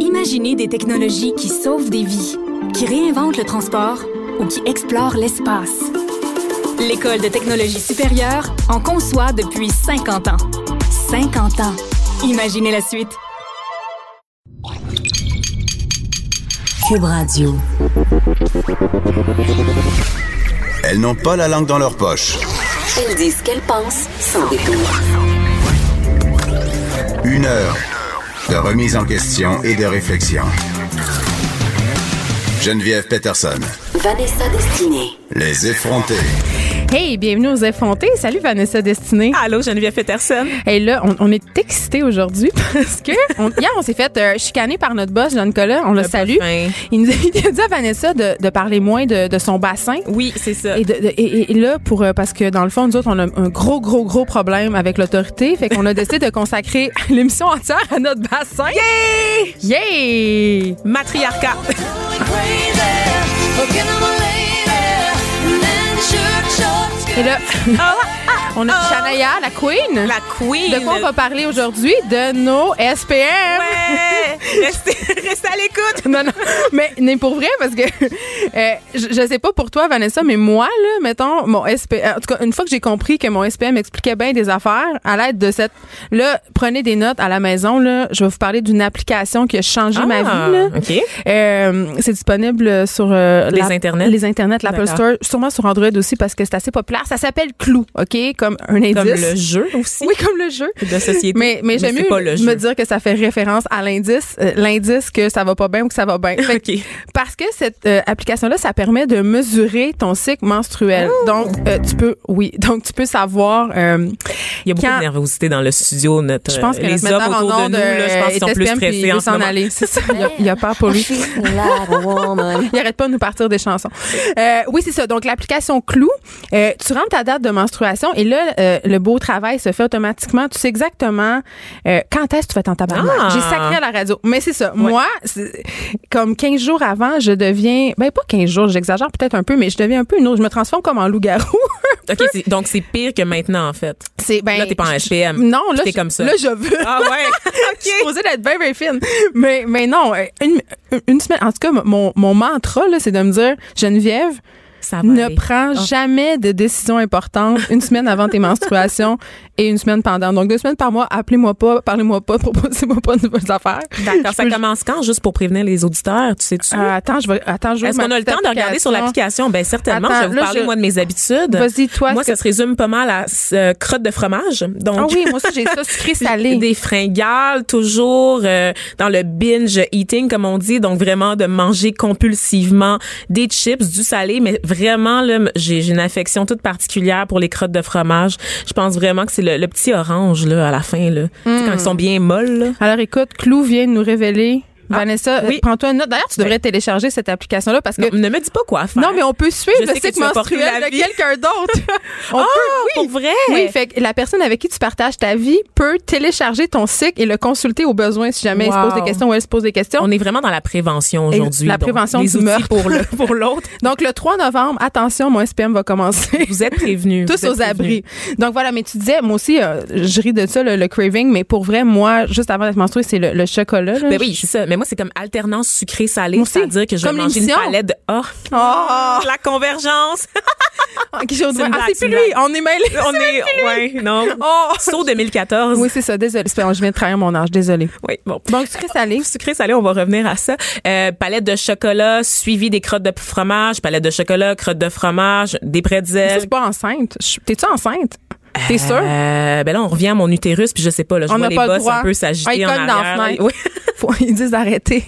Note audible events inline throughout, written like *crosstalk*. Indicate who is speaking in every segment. Speaker 1: Imaginez des technologies qui sauvent des vies, qui réinventent le transport ou qui explorent l'espace. L'École de technologie supérieure en conçoit depuis 50 ans. 50 ans. Imaginez la suite.
Speaker 2: Cube Radio.
Speaker 3: Elles n'ont pas la langue dans leur poche.
Speaker 2: Elles disent ce qu'elles pensent sans détour.
Speaker 3: Une heure de remise en question et de réflexion. Geneviève Peterson.
Speaker 2: Vanessa Destinée.
Speaker 3: Les effrontés.
Speaker 4: Hey, bienvenue aux effrontés. Salut Vanessa Destinée.
Speaker 5: Allô, Geneviève Peterson.
Speaker 4: Et là, on, on est excités aujourd'hui *laughs* parce que on- hier, on s'est fait euh, chicaner par notre boss, John Collat. On le salue.
Speaker 5: parfum.
Speaker 4: Il nous a *laughs* il a dit à Vanessa de, de parler moins de, de son bassin.
Speaker 5: Oui, c'est ça.
Speaker 4: Et, de- de- et- et là, pour euh, parce que dans le fond, nous autres, on a un gros, gros, gros problème avec l'autorité. Fait qu'on a décidé de consacrer *laughs* l'émission entière à notre bassin. Yay! Yay!
Speaker 5: Matriarcat.
Speaker 4: Et là, *laughs* on a
Speaker 5: ah.
Speaker 4: Shania, la queen.
Speaker 5: La queen.
Speaker 4: de quoi on va parler aujourd'hui? De nos SPM.
Speaker 5: Ouais. Restez, restez à l'écoute.
Speaker 4: *laughs* Non, non, mais, mais pour vrai, parce que euh, je, je sais pas pour toi, Vanessa, mais moi, là, mettons, mon SP, en tout cas, une fois que j'ai compris que mon SPM expliquait bien des affaires à l'aide de cette. Là, prenez des notes à la maison, là. Je vais vous parler d'une application qui a changé ma vie, là.
Speaker 5: Ah, OK.
Speaker 4: Euh, c'est disponible sur euh,
Speaker 5: Les
Speaker 4: l'app-
Speaker 5: internets?
Speaker 4: les internets, l'Apple
Speaker 5: D'accord.
Speaker 4: Store, sûrement sur Android aussi parce que c'est assez populaire. Ça s'appelle Clou, ok, comme un indice.
Speaker 5: Comme le jeu aussi.
Speaker 4: Oui, comme le jeu.
Speaker 5: De société.
Speaker 4: Mais, mais, j'aime
Speaker 5: c'est
Speaker 4: mieux
Speaker 5: pas le
Speaker 4: me
Speaker 5: jeu. *laughs*
Speaker 4: dire que ça fait référence à l'indice, euh, l'indice que ça va pas bien ou que ça va
Speaker 5: *laughs*
Speaker 4: bien. Fait que-
Speaker 5: OK.
Speaker 4: Parce que cette euh, application-là, ça permet de mesurer ton cycle menstruel.
Speaker 5: Oh!
Speaker 4: Donc, euh, tu peux, oui, *laughs* donc tu peux savoir. euh,
Speaker 5: Il y a beaucoup
Speaker 4: quand-
Speaker 5: de nervosité dans le studio. Notre,
Speaker 4: je pense que
Speaker 5: Euh, les
Speaker 4: notre
Speaker 5: hommes
Speaker 4: metteur en
Speaker 5: autour de
Speaker 4: onde,
Speaker 5: nous, là, je
Speaker 4: euh,
Speaker 5: pense qu'ils sont
Speaker 4: est
Speaker 5: plus
Speaker 4: SPM, puis il
Speaker 5: stressés
Speaker 4: veut
Speaker 5: en ce
Speaker 4: s'en
Speaker 5: moment.
Speaker 4: aller. C'est ça. Il a, il a
Speaker 5: *laughs*
Speaker 4: peur pour lui. Il arrête pas de nous partir des chansons. Euh, oui, c'est ça. Donc, l'application Clou, euh, tu rentres ta date de menstruation et là, euh, le beau travail se fait automatiquement. Tu sais exactement euh, quand est-ce que tu vas t'en tabarnak.
Speaker 5: Ah!
Speaker 4: J'ai sacré à la radio. Mais c'est ça. Moi, c'est- comme 15 jours avant, je deviens... Ben, pas 15 jours, j'exagère peut-être un peu, mais je deviens un peu une autre. Je me transforme comme en loup-garou. *laughs*
Speaker 5: OK, c'est- donc c'est pire que maintenant, en fait.
Speaker 4: C'est ben
Speaker 5: Là, t'es pas en
Speaker 4: je-
Speaker 5: HPM.
Speaker 4: Non, là
Speaker 5: T'es
Speaker 4: je-
Speaker 5: comme ça.
Speaker 4: Là je veux.
Speaker 5: Ah ouais.
Speaker 4: *laughs*
Speaker 5: *laughs*
Speaker 4: Je suis supposée d'être bien, bien fine. Mais, mais non, euh, une, une semaine. En tout cas, mon, mon mantra, là, c'est de me dire Geneviève,
Speaker 5: Ça va
Speaker 4: ne
Speaker 5: aller.
Speaker 4: prends jamais de décision importante une semaine avant tes menstruations et une semaine pendant. Donc, deux semaines par mois, appelez-moi pas, parlez-moi pas, *laughs* proposez-moi pas de nouvelles affaires.
Speaker 5: D'accord.
Speaker 4: Je
Speaker 5: Ça
Speaker 4: peux-
Speaker 5: commence quand? Juste pour prévenir les auditeurs, tu sais-tu?
Speaker 4: Euh, attends, je vais. Attends, je
Speaker 5: Est-ce qu'on a le temps de regarder sur l'application? Ben certainement.
Speaker 4: Attends,
Speaker 5: je vais vous
Speaker 4: là,
Speaker 5: parler,
Speaker 4: je-
Speaker 5: moi, de mes habitudes.
Speaker 4: Vas-y, toi,
Speaker 5: Moi,
Speaker 4: est-ce
Speaker 5: ça se résume pas mal à euh, crotte de fromage. Donc,
Speaker 4: Ah oui, moi aussi, j'ai ça sucré salé.
Speaker 5: *laughs* Des fringales, toujours euh, dans le binge eating, comme on dit. Donc, vraiment, de manger compulsivement des chips, du salé. Mais vraiment, là, m- j'ai j'ai une affection toute particulière pour les crottes de fromage. Je pense vraiment que c'est le, le petit orange, là, à la fin, là. Tu sais,
Speaker 4: Hmm.
Speaker 5: Quand ils sont bien molles, là.
Speaker 4: Alors écoute, Clou vient de nous révéler. Vanessa,
Speaker 5: Ah, oui.
Speaker 4: prends-toi une note. D'ailleurs, tu devrais télécharger cette application-là parce que.
Speaker 5: Non, ne me dis pas quoi faire.
Speaker 4: Non, mais on peut suivre
Speaker 5: Je
Speaker 4: le
Speaker 5: sais que
Speaker 4: cycle
Speaker 5: tu vas porter
Speaker 4: menstruel
Speaker 5: la
Speaker 4: de
Speaker 5: vie.
Speaker 4: quelqu'un
Speaker 5: *laughs*
Speaker 4: d'autre. On
Speaker 5: Ah,
Speaker 4: peut, oui.
Speaker 5: pour vrai?
Speaker 4: Oui, fait que la personne avec qui tu partages ta vie peut télécharger ton cycle et le consulter au besoin si jamais il se
Speaker 5: Wow.
Speaker 4: pose des questions ou elle se pose des questions.
Speaker 5: On est vraiment dans la prévention
Speaker 4: Oh. Et
Speaker 5: aujourd'hui.
Speaker 4: la
Speaker 5: donc,
Speaker 4: prévention
Speaker 5: les
Speaker 4: du
Speaker 5: outils
Speaker 4: meurtre. *laughs*
Speaker 5: pour le- pour l'autre.
Speaker 4: Donc, le 3 novembre, attention, mon SPM va commencer.
Speaker 5: Vous êtes prévenus.
Speaker 4: Tous
Speaker 5: *laughs* vous êtes
Speaker 4: aux abris.
Speaker 5: prévenus.
Speaker 4: Donc voilà, mais tu disais, moi aussi, euh, je ris de ça, le, le craving, mais pour vrai, moi, juste avant d'être menstruée, c'est le, le chocolat. là.
Speaker 5: Ben
Speaker 4: *laughs*
Speaker 5: oui, c'est ça. Mais moi, c'est comme alternance sucré-salé.
Speaker 4: Moi aussi.
Speaker 5: C'est-à-dire que je vais
Speaker 4: Comme
Speaker 5: manger une
Speaker 4: l'émission.
Speaker 5: palette de... Ah!
Speaker 4: Ah!
Speaker 5: *laughs* La convergence!
Speaker 4: Ah, j'ai oublié-
Speaker 5: C'est une
Speaker 4: ah,
Speaker 5: blague,
Speaker 4: *laughs* c'est
Speaker 5: c'est
Speaker 4: plus
Speaker 5: une
Speaker 4: lui, on est mêlés.
Speaker 5: On est... Ouais, non.
Speaker 4: *laughs*
Speaker 5: *laughs*
Speaker 4: Oh!
Speaker 5: Saut 2014.
Speaker 4: Oui, c'est ça, désolé. Je viens de trahir mon âge, désolé.
Speaker 5: Oui, bon.
Speaker 4: Donc, sucré salé.
Speaker 5: Sucré salé, on va revenir à ça. Euh, palette de chocolat suivie des crottes de fromage, palette de chocolat, crottes de fromage, des
Speaker 4: Ça,
Speaker 5: pretzels.
Speaker 4: c'est pas enceinte. Je- T'es-tu enceinte? T'es sûre?
Speaker 5: Euh, ben là, on revient à mon utérus, puis je sais pas, là, je
Speaker 4: On
Speaker 5: vois
Speaker 4: n'a
Speaker 5: les
Speaker 4: pas le
Speaker 5: bosses
Speaker 4: droit.
Speaker 5: un peu s'agiter
Speaker 4: Ah, ils
Speaker 5: en
Speaker 4: collent dans la
Speaker 5: arrière.
Speaker 4: fenêtre.
Speaker 5: Oui.
Speaker 4: Faut- ils disent
Speaker 5: *laughs*
Speaker 4: d'arrêter.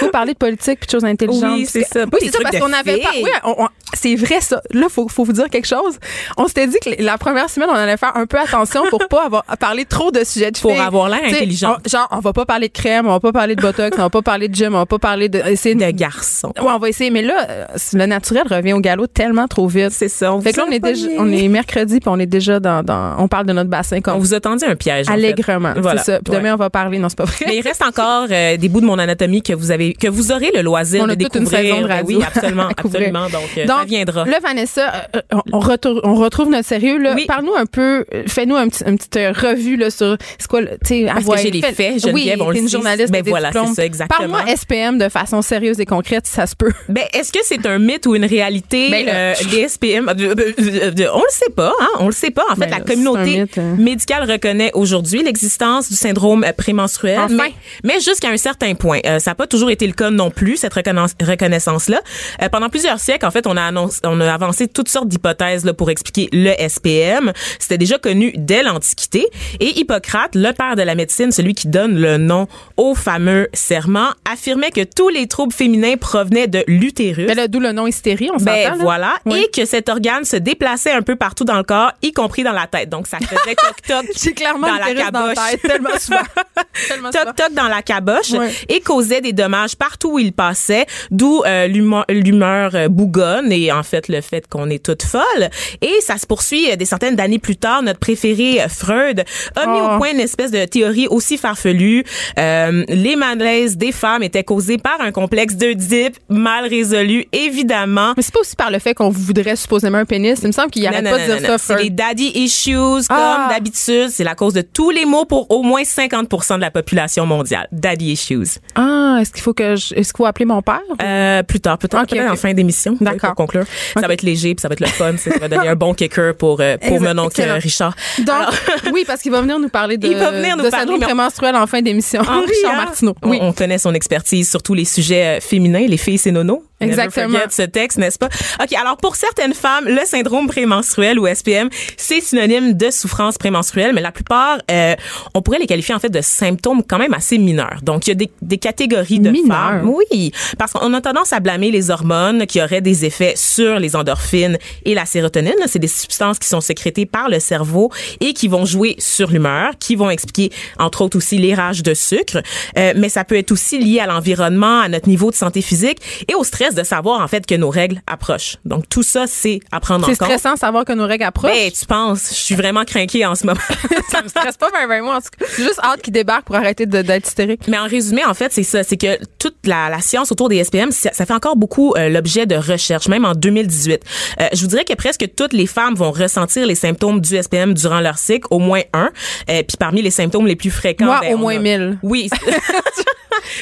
Speaker 4: faut parler de politique puis de choses intelligentes.
Speaker 5: Oui, c'est
Speaker 4: Parce que-
Speaker 5: ça.
Speaker 4: Oui,
Speaker 5: Pas
Speaker 4: c'est
Speaker 5: des
Speaker 4: ça,
Speaker 5: trucs
Speaker 4: parce
Speaker 5: de
Speaker 4: qu'on avait pas.
Speaker 5: filles.
Speaker 4: Oui, on- on- c'est vrai ça. Là, faut, faut vous dire quelque chose. On s'était dit que la première semaine, on allait faire un peu attention pour pas avoir parler trop de sujets de
Speaker 5: Pour
Speaker 4: filles.
Speaker 5: avoir l'air
Speaker 4: Tu sais,
Speaker 5: intelligente.
Speaker 4: on- genre, on va pas parler de crème, on va pas parler de botox, on va pas parler de gym, on va pas parler de. essayer de-
Speaker 5: De garçon.
Speaker 4: Ouais, on va essayer. Mais là, euh, le naturel revient au galop tellement trop vite.
Speaker 5: C'est ça. On
Speaker 4: Fait
Speaker 5: vous
Speaker 4: que là,
Speaker 5: a
Speaker 4: on est déjà,
Speaker 5: pogné.
Speaker 4: on est mercredi puis on est déjà dans, dans- on parle de notre bassin
Speaker 5: On
Speaker 4: comme
Speaker 5: vous a tendu un piège. en fait.
Speaker 4: allègrement.
Speaker 5: Voilà.
Speaker 4: C'est ça. Puis
Speaker 5: Ouais.
Speaker 4: demain, on va parler. Non, c'est pas vrai.
Speaker 5: Mais il reste encore euh, des bouts de mon anatomie que vous avez, que vous aurez le loisir
Speaker 4: *laughs* On
Speaker 5: de
Speaker 4: a toute une
Speaker 5: découvrir.
Speaker 4: saison de
Speaker 5: Ben
Speaker 4: radio
Speaker 5: Oui, absolument,
Speaker 4: *laughs* à couvrir.
Speaker 5: absolument. Donc, euh, ça viendra.
Speaker 4: Là, Vanessa, euh, euh, on, retour- on retrouve notre sérieux. Là.
Speaker 5: Oui.
Speaker 4: Parle-nous un peu, euh, fais-nous un petit- une petite euh, revue là, sur c'est quoi, le- tu sais,
Speaker 5: Parce
Speaker 4: avoir
Speaker 5: que j'ai les
Speaker 4: fait-
Speaker 5: faits, Geneviève,
Speaker 4: oui,
Speaker 5: on le
Speaker 4: t'es une
Speaker 5: sait.
Speaker 4: journaliste.
Speaker 5: Ben
Speaker 4: avec des
Speaker 5: voilà, c'est
Speaker 4: diplômes.
Speaker 5: ça, exactement.
Speaker 4: Parle-moi SPM de façon sérieuse et concrète, si ça se peut.
Speaker 5: Ben, est-ce que c'est un mythe ou une réalité?
Speaker 4: Ben là,
Speaker 5: euh, les SPM, euh, euh, euh, euh, on le sait pas, hein? On le sait pas. En fait,
Speaker 4: Ben
Speaker 5: la
Speaker 4: là,
Speaker 5: communauté
Speaker 4: c'est un mythe, hein.
Speaker 5: médicale reconnaît aujourd'hui l'existence du syndrome euh, prémenstruel.
Speaker 4: Enfin.
Speaker 5: Mais, mais jusqu'à un certain point. Euh, ça n'a pas toujours été le cas non plus, cette reconna- reconnaissance-là. Euh, pendant plusieurs siècles, en fait, on a, annoncé, on a avancé toutes sortes d'hypothèses là, pour expliquer le SPM. C'était déjà connu dès l'Antiquité. Et Hippocrate, le père de la médecine, celui qui donne le nom au fameux serment, affirmait que tous les troubles féminins provenaient de l'utérus.
Speaker 4: Ben là, d'où le nom hystérie, on
Speaker 5: Ben
Speaker 4: s'entend. là?
Speaker 5: voilà,
Speaker 4: Oui.
Speaker 5: et que cet organe se déplaçait un peu partout dans le corps, y compris dans la tête. Donc
Speaker 4: *laughs*
Speaker 5: ça faisait toc toc
Speaker 4: J'ai clairement
Speaker 5: dans la
Speaker 4: l'utérus dans la
Speaker 5: caboche. *laughs*
Speaker 4: tête, tellement souvent. *laughs* Tellement souvent.
Speaker 5: Toc toc dans la caboche
Speaker 4: Ouais.
Speaker 5: et causait des dommages partout où il passait, d'où euh, l'humeur- l'humeur euh, bougonne et en fait le fait qu'on est toute folle. Et ça se poursuit euh, des centaines d'années plus tard. Notre préféré euh, Freud a mis
Speaker 4: Oh.
Speaker 5: au point une espèce de théorie aussi farfelue. Euh, les malaises des femmes étaient causés par un complexe d'Oedipe mal résolu, évidemment.
Speaker 4: Mais c'est pas aussi par le fait qu'on voudrait supposément un pénis. Il me semble qu'il n'y
Speaker 5: Non,
Speaker 4: arrête
Speaker 5: non,
Speaker 4: pas
Speaker 5: non,
Speaker 4: de dire
Speaker 5: non,
Speaker 4: ça,
Speaker 5: non.
Speaker 4: Freud.
Speaker 5: C'est les daddy issues,
Speaker 4: Ah.
Speaker 5: comme d'habitude. C'est la cause de tous les maux pour au moins 50 de la population mondiale. Daddy issues.
Speaker 4: Ah, est-ce qu'il faut que je, est-ce qu'il faut appeler mon père?
Speaker 5: Euh, plus tard, peut-être
Speaker 4: Ok,
Speaker 5: peut-être
Speaker 4: ok.
Speaker 5: en fin d'émission. oui,
Speaker 4: D'accord.
Speaker 5: Pour conclure.
Speaker 4: Ok.
Speaker 5: Ça va être léger, puis ça va être le fun. ça
Speaker 4: *laughs*
Speaker 5: va donner un bon kicker pour, euh, pour
Speaker 4: Exact-
Speaker 5: mon oncle
Speaker 4: excellent.
Speaker 5: euh, Richard.
Speaker 4: Donc, *laughs* oui, parce qu'il va venir nous parler de,
Speaker 5: Il va venir nous
Speaker 4: de
Speaker 5: parler,
Speaker 4: syndrome
Speaker 5: mais on-
Speaker 4: prémenstruel en fin d'émission.
Speaker 5: *laughs* Henri,
Speaker 4: Richard
Speaker 5: hein?
Speaker 4: Martineau.
Speaker 5: On-
Speaker 4: Oui.
Speaker 5: On, connaît son expertise sur tous les sujets euh, féminins, les filles, c'est nono. Never
Speaker 4: Exactement.
Speaker 5: forget ce texte, n'est-ce pas? OK, alors pour certaines femmes, le syndrome prémenstruel ou SPM, c'est synonyme de souffrance prémenstruelle, mais la plupart, euh, on pourrait les qualifier en fait de symptômes quand même assez mineurs. Donc, il y a des, des catégories de
Speaker 4: Mineurs.
Speaker 5: femmes. Oui, parce qu'on a tendance à blâmer les hormones qui auraient des effets sur les endorphines et la sérotonine. C'est des substances qui sont sécrétées par le cerveau et qui vont jouer sur l'humeur, qui vont expliquer entre autres aussi les rages de sucre. Euh, mais ça peut être aussi lié à l'environnement, à notre niveau de santé physique et au stress de savoir en fait que nos règles approchent. Donc tout ça, c'est à prendre
Speaker 4: C'est
Speaker 5: en compte.
Speaker 4: stressant de savoir que nos règles approchent.
Speaker 5: Ben, tu penses, je suis vraiment craquée en ce moment.
Speaker 4: *laughs*
Speaker 5: *laughs*
Speaker 4: ça me stresse pas ben, ben, moi, en tout cas. J'ai juste hâte qu'ils débarquent pour arrêter de- d'être hystérique.
Speaker 5: Mais en résumé, en fait, c'est ça, c'est que toute la, la science autour des SPM, ça, ça fait encore beaucoup euh, l'objet de recherches, même en 2018. Euh, je vous dirais que presque toutes les femmes vont ressentir les symptômes du SPM durant leur cycle, au moins un. Euh, puis parmi les symptômes les plus fréquents,
Speaker 4: Moi,
Speaker 5: ben,
Speaker 4: au
Speaker 5: on
Speaker 4: moins
Speaker 5: a-
Speaker 4: 1000.
Speaker 5: Oui. *laughs*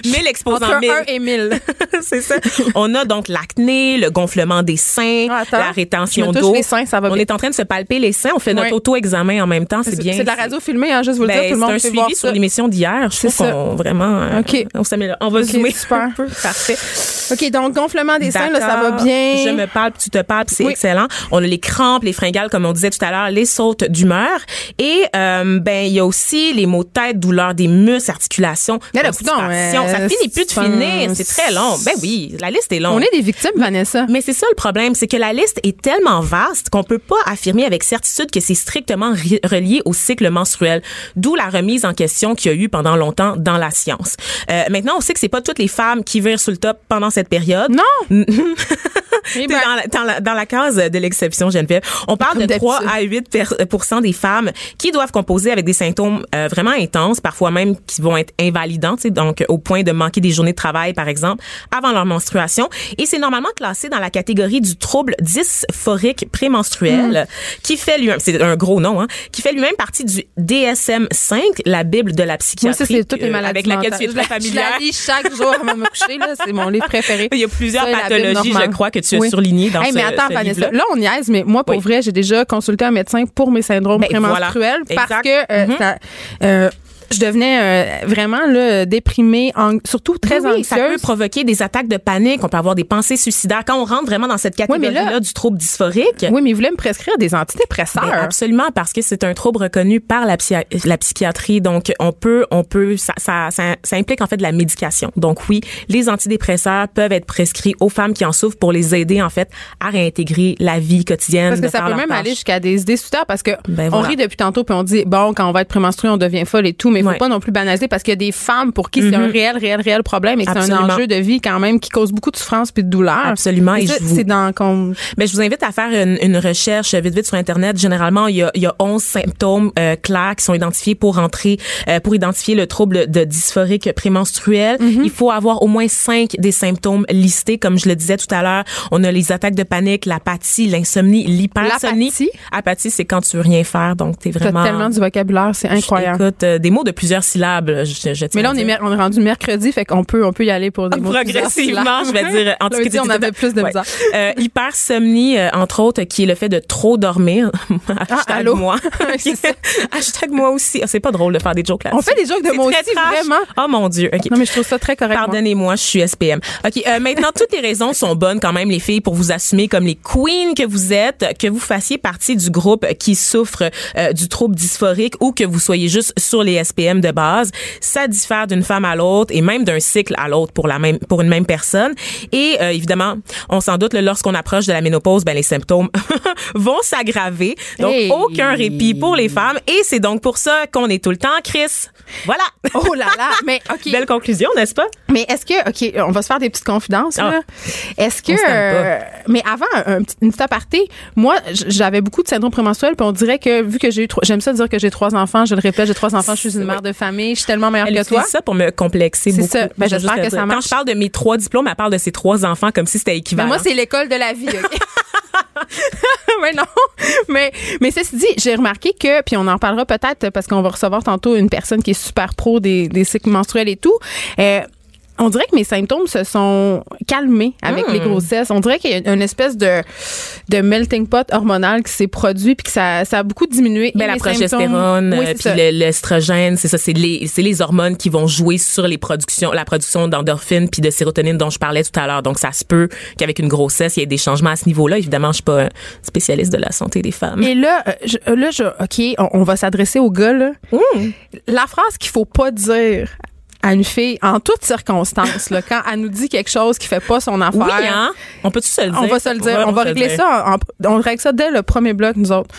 Speaker 5: 1000 exposants,
Speaker 4: Entre
Speaker 5: 1000.
Speaker 4: 1 et 1000.
Speaker 5: *laughs* c'est ça. On a donc l'acné, le gonflement des seins,
Speaker 4: Ah, attends.
Speaker 5: la rétention
Speaker 4: Je me touche
Speaker 5: d'eau.
Speaker 4: les seins, ça va
Speaker 5: On
Speaker 4: bien.
Speaker 5: est en train de se palper les seins, on fait
Speaker 4: Ouais.
Speaker 5: notre auto-examen en même temps, c'est
Speaker 4: C'est
Speaker 5: bien.
Speaker 4: c'est de la radio filmée, hein, juste vous le dire.
Speaker 5: Ben,
Speaker 4: Tout le
Speaker 5: c'est
Speaker 4: monde
Speaker 5: un
Speaker 4: peut voir
Speaker 5: suivi sur
Speaker 4: ça.
Speaker 5: l'émission d'hier. Je
Speaker 4: C'est
Speaker 5: trouve
Speaker 4: ça.
Speaker 5: qu'on vraiment. euh,
Speaker 4: OK.
Speaker 5: On s'améliore. On va
Speaker 4: OK,
Speaker 5: zoomer
Speaker 4: super.
Speaker 5: un peu. Parfait.
Speaker 4: OK, donc gonflement des seins, là, ça va
Speaker 5: D'accord.
Speaker 4: bien.
Speaker 5: Je me parle, puis tu te parles, puis c'est
Speaker 4: Oui.
Speaker 5: excellent. On a les crampes, les fringales, comme on disait tout à l'heure, les sautes d'humeur. Et, euh, ben, il y a aussi les maux de tête, douleurs des muscles, articulations,
Speaker 4: Mais là,
Speaker 5: constipation.
Speaker 4: coudonc, euh,
Speaker 5: Ça finit plus de
Speaker 4: c'est un-
Speaker 5: finir. C'est très long. Ben oui, la liste est longue.
Speaker 4: On est des victimes, Vanessa.
Speaker 5: Mais c'est ça le problème, c'est que la liste est tellement vaste qu'on peut pas affirmer avec certitude que c'est strictement ri- relié au cycle menstruel, d'où la remise en question qu'il y a eu pendant longtemps dans la science. Euh, maintenant, on sait que c'est pas toutes les femmes qui virent sur le top pendant cette période.
Speaker 4: Non! Eh
Speaker 5: T'es
Speaker 4: ben,
Speaker 5: dans, la, dans, la, dans la case de l'exception, Geneviève. On parle
Speaker 4: Comme
Speaker 5: de 3
Speaker 4: d'habitude.
Speaker 5: à 8 per- euh, pour cent des femmes qui doivent composer avec des symptômes euh, vraiment intenses, parfois même qui vont être invalidants, tu sais, donc euh, au point de manquer des journées de travail, par exemple, avant leur menstruation. Et c'est normalement classé dans la catégorie du trouble dysphorique
Speaker 4: Hmm.
Speaker 5: prémenstruel, qui fait lui-même, c'est un gros nom, hein, qui fait lui-même partie du DSM-5, la Bible de la
Speaker 4: Moi,
Speaker 5: psychiatrie,
Speaker 4: ça, c'est toutes les
Speaker 5: euh,
Speaker 4: maladies
Speaker 5: avec laquelle tu es
Speaker 4: mentales.
Speaker 5: très
Speaker 4: Je la-
Speaker 5: familière.
Speaker 4: Je *laughs* la lis chaque jour avant de me coucher. là. C'est mon livre préféré.
Speaker 5: Il y a plusieurs
Speaker 4: Ça et la
Speaker 5: pathologies,
Speaker 4: Bible normande.
Speaker 5: je crois, que tu as
Speaker 4: Oui.
Speaker 5: surlignées dans
Speaker 4: Hey,
Speaker 5: ce
Speaker 4: Mais attends,
Speaker 5: ce
Speaker 4: Vanessa,
Speaker 5: livre-là.
Speaker 4: là, on niaise, mais moi, pour
Speaker 5: Oui.
Speaker 4: vrai, j'ai déjà consulté un médecin pour mes syndromes
Speaker 5: Ben,
Speaker 4: prémenstruels
Speaker 5: voilà.
Speaker 4: parce
Speaker 5: Exact. Mm-hmm.
Speaker 4: que euh, ça, euh, je devenais euh, vraiment là, déprimée, ang- surtout très
Speaker 5: Ben Oui, oui, Ça peut
Speaker 4: anxieuse.
Speaker 5: provoquer des attaques de panique. On peut avoir des pensées suicidaires. Quand on rentre vraiment dans cette
Speaker 4: mais
Speaker 5: catégorie-là
Speaker 4: là-
Speaker 5: du trouble dysphorique,
Speaker 4: Oui, mais il voulait me prescrire des
Speaker 5: ben,
Speaker 4: antidépresseurs.
Speaker 5: absolument, parce que c'est un trouble reconnu par la, psy- la psychiatrie. Donc, on peut, on peut, ça, ça, ça, ça implique en fait de la médication. Donc oui, les antidépresseurs peuvent être prescrits aux femmes qui en souffrent pour les aider en fait à réintégrer la vie quotidienne.
Speaker 4: Parce que
Speaker 5: de
Speaker 4: ça
Speaker 5: faire
Speaker 4: peut
Speaker 5: leurs
Speaker 4: même
Speaker 5: tâches.
Speaker 4: aller jusqu'à des idées suicidaires parce que
Speaker 5: Ben
Speaker 4: on
Speaker 5: voilà.
Speaker 4: rit depuis tantôt puis on dit bon quand on va être prémenstrué on devient folle et tout mais il faut
Speaker 5: Ouais. Mm-hmm.
Speaker 4: pas non plus banaliser parce qu'il y a des femmes pour qui c'est un réel, réel, réel problème et que c'est un
Speaker 5: Absolument.
Speaker 4: enjeu de vie quand même qui cause beaucoup de souffrance puis de douleur.
Speaker 5: Absolument,
Speaker 4: Et
Speaker 5: et
Speaker 4: ça,
Speaker 5: je vous-
Speaker 4: c'est dans qu'on-
Speaker 5: Mais Ben, je vous invite à faire une, une recherche euh, vite vite sur internet. Généralement, il y a, il y a 11 symptômes euh, clairs qui sont identifiés pour entrer euh, pour identifier le trouble de dysphorique prémenstruel.
Speaker 4: Mhm.
Speaker 5: Il faut avoir au moins cinq des symptômes listés comme je le disais tout à l'heure. On a les attaques de panique, l'apathie, l'insomnie, l'hypersomnie.
Speaker 4: L'apathie?
Speaker 5: Apathie, c'est quand tu veux rien faire donc tu es
Speaker 4: T'as
Speaker 5: vraiment
Speaker 4: tellement du vocabulaire, c'est incroyable.
Speaker 5: Écoute, euh, des mots de plusieurs syllabes, là, je, je tiens
Speaker 4: Mais là,
Speaker 5: à
Speaker 4: on est,
Speaker 5: dire.
Speaker 4: mer- on est rendu mercredi, fait qu'on peut, on peut y aller pour des mots
Speaker 5: Progressivement, je vais dire.
Speaker 4: En Lundi, on avait plus de misère.
Speaker 5: Euh, hypersomnie, euh, entre autres, qui est le fait de trop dormir. *laughs* Hashtag
Speaker 4: Ah, allô? *laughs*
Speaker 5: moi.
Speaker 4: C'est ça.
Speaker 5: Hashtag moi aussi. Ah, C'est pas drôle de faire des jokes là
Speaker 4: On fait des jokes de mots aussi, vraiment.
Speaker 5: Oh mon Dieu. OK.
Speaker 4: Non, mais je trouve ça très correct. moi.
Speaker 5: Pardonnez-moi, je suis SPM. OK, euh, maintenant, toutes les raisons sont bonnes quand même, les filles, pour vous assumer comme les queens que vous êtes, que vous fassiez partie du groupe qui souffre euh, du trouble dysphorique ou que vous soyez juste sur les SPM de base. Ça diffère d'une femme à l'autre et même d'un cycle à l'autre pour la même pour une même personne. Et euh, évidemment, on s'en doute, là, lorsqu'on approche de la ménopause, ben, les symptômes *laughs* vont s'aggraver. Donc,
Speaker 4: Hey.
Speaker 5: aucun répit pour les femmes. Et c'est donc pour ça qu'on est tout le temps, Chris. Voilà.
Speaker 4: Oh là là, mais OK.
Speaker 5: *laughs* Belle conclusion, n'est-ce pas?
Speaker 4: Mais est-ce que, OK, on va se faire des petites confidences,
Speaker 5: Ah.
Speaker 4: là. Est-ce que.
Speaker 5: On se tente pas.
Speaker 4: euh, mais avant, un, un petit- une petite aparté, moi, j- j'avais beaucoup de syndrome prémenstruel, puis on dirait que, vu que j'ai eu trois. J'aime ça dire que j'ai trois enfants, je le répète, j'ai trois enfants, je suis une mère de famille, je suis tellement meilleure
Speaker 5: Elle
Speaker 4: que toi.
Speaker 5: utilise ça pour me complexer
Speaker 4: C'est
Speaker 5: beaucoup.
Speaker 4: ça. Ben,
Speaker 5: Je veux
Speaker 4: j'espère
Speaker 5: juste le
Speaker 4: que
Speaker 5: dire.
Speaker 4: ça marche.
Speaker 5: Quand je parle de mes trois diplômes, elle parle de ses trois enfants comme si c'était
Speaker 4: Mais
Speaker 5: équivalent.
Speaker 4: Ben, moi, c'est l'école de la vie, OK? *laughs* mais non. Mais, mais ceci dit, j'ai remarqué que, puis on en parlera peut-être parce qu'on va recevoir tantôt une personne qui est super pro des, des cycles menstruels et tout. Euh, on dirait que mes symptômes se sont calmés avec
Speaker 5: Hmm.
Speaker 4: les grossesses. On dirait qu'il y a une espèce de, de melting pot hormonal qui s'est produit puis que ça, ça a beaucoup diminué.
Speaker 5: Ben,
Speaker 4: et
Speaker 5: la
Speaker 4: mes
Speaker 5: progestérone,
Speaker 4: symptômes. Oui,
Speaker 5: euh,
Speaker 4: c'est
Speaker 5: puis
Speaker 4: ça.
Speaker 5: le- l'estrogène, c'est ça, c'est les, c'est les hormones qui vont jouer sur les productions, la production d'endorphines puis de sérotonine dont je parlais tout à l'heure. Donc, ça se peut qu'avec une grossesse, il y ait des changements à ce niveau-là. Évidemment, je suis pas euh, spécialiste de la santé des femmes.
Speaker 4: Et là, euh, je- là je, OK, on, on va s'adresser au gars. Là.
Speaker 5: Mm.
Speaker 4: La phrase qu'il faut pas dire à une fille en toutes circonstances, là, quand elle nous dit quelque chose qui fait pas son affaire.
Speaker 5: oui, hein? On peut-tu se le dire?
Speaker 4: On va se le dire.
Speaker 5: Ouais,
Speaker 4: on, va
Speaker 5: se le
Speaker 4: régler
Speaker 5: dire.
Speaker 4: ça. en- en- on règle ça dès le premier bloc, nous autres.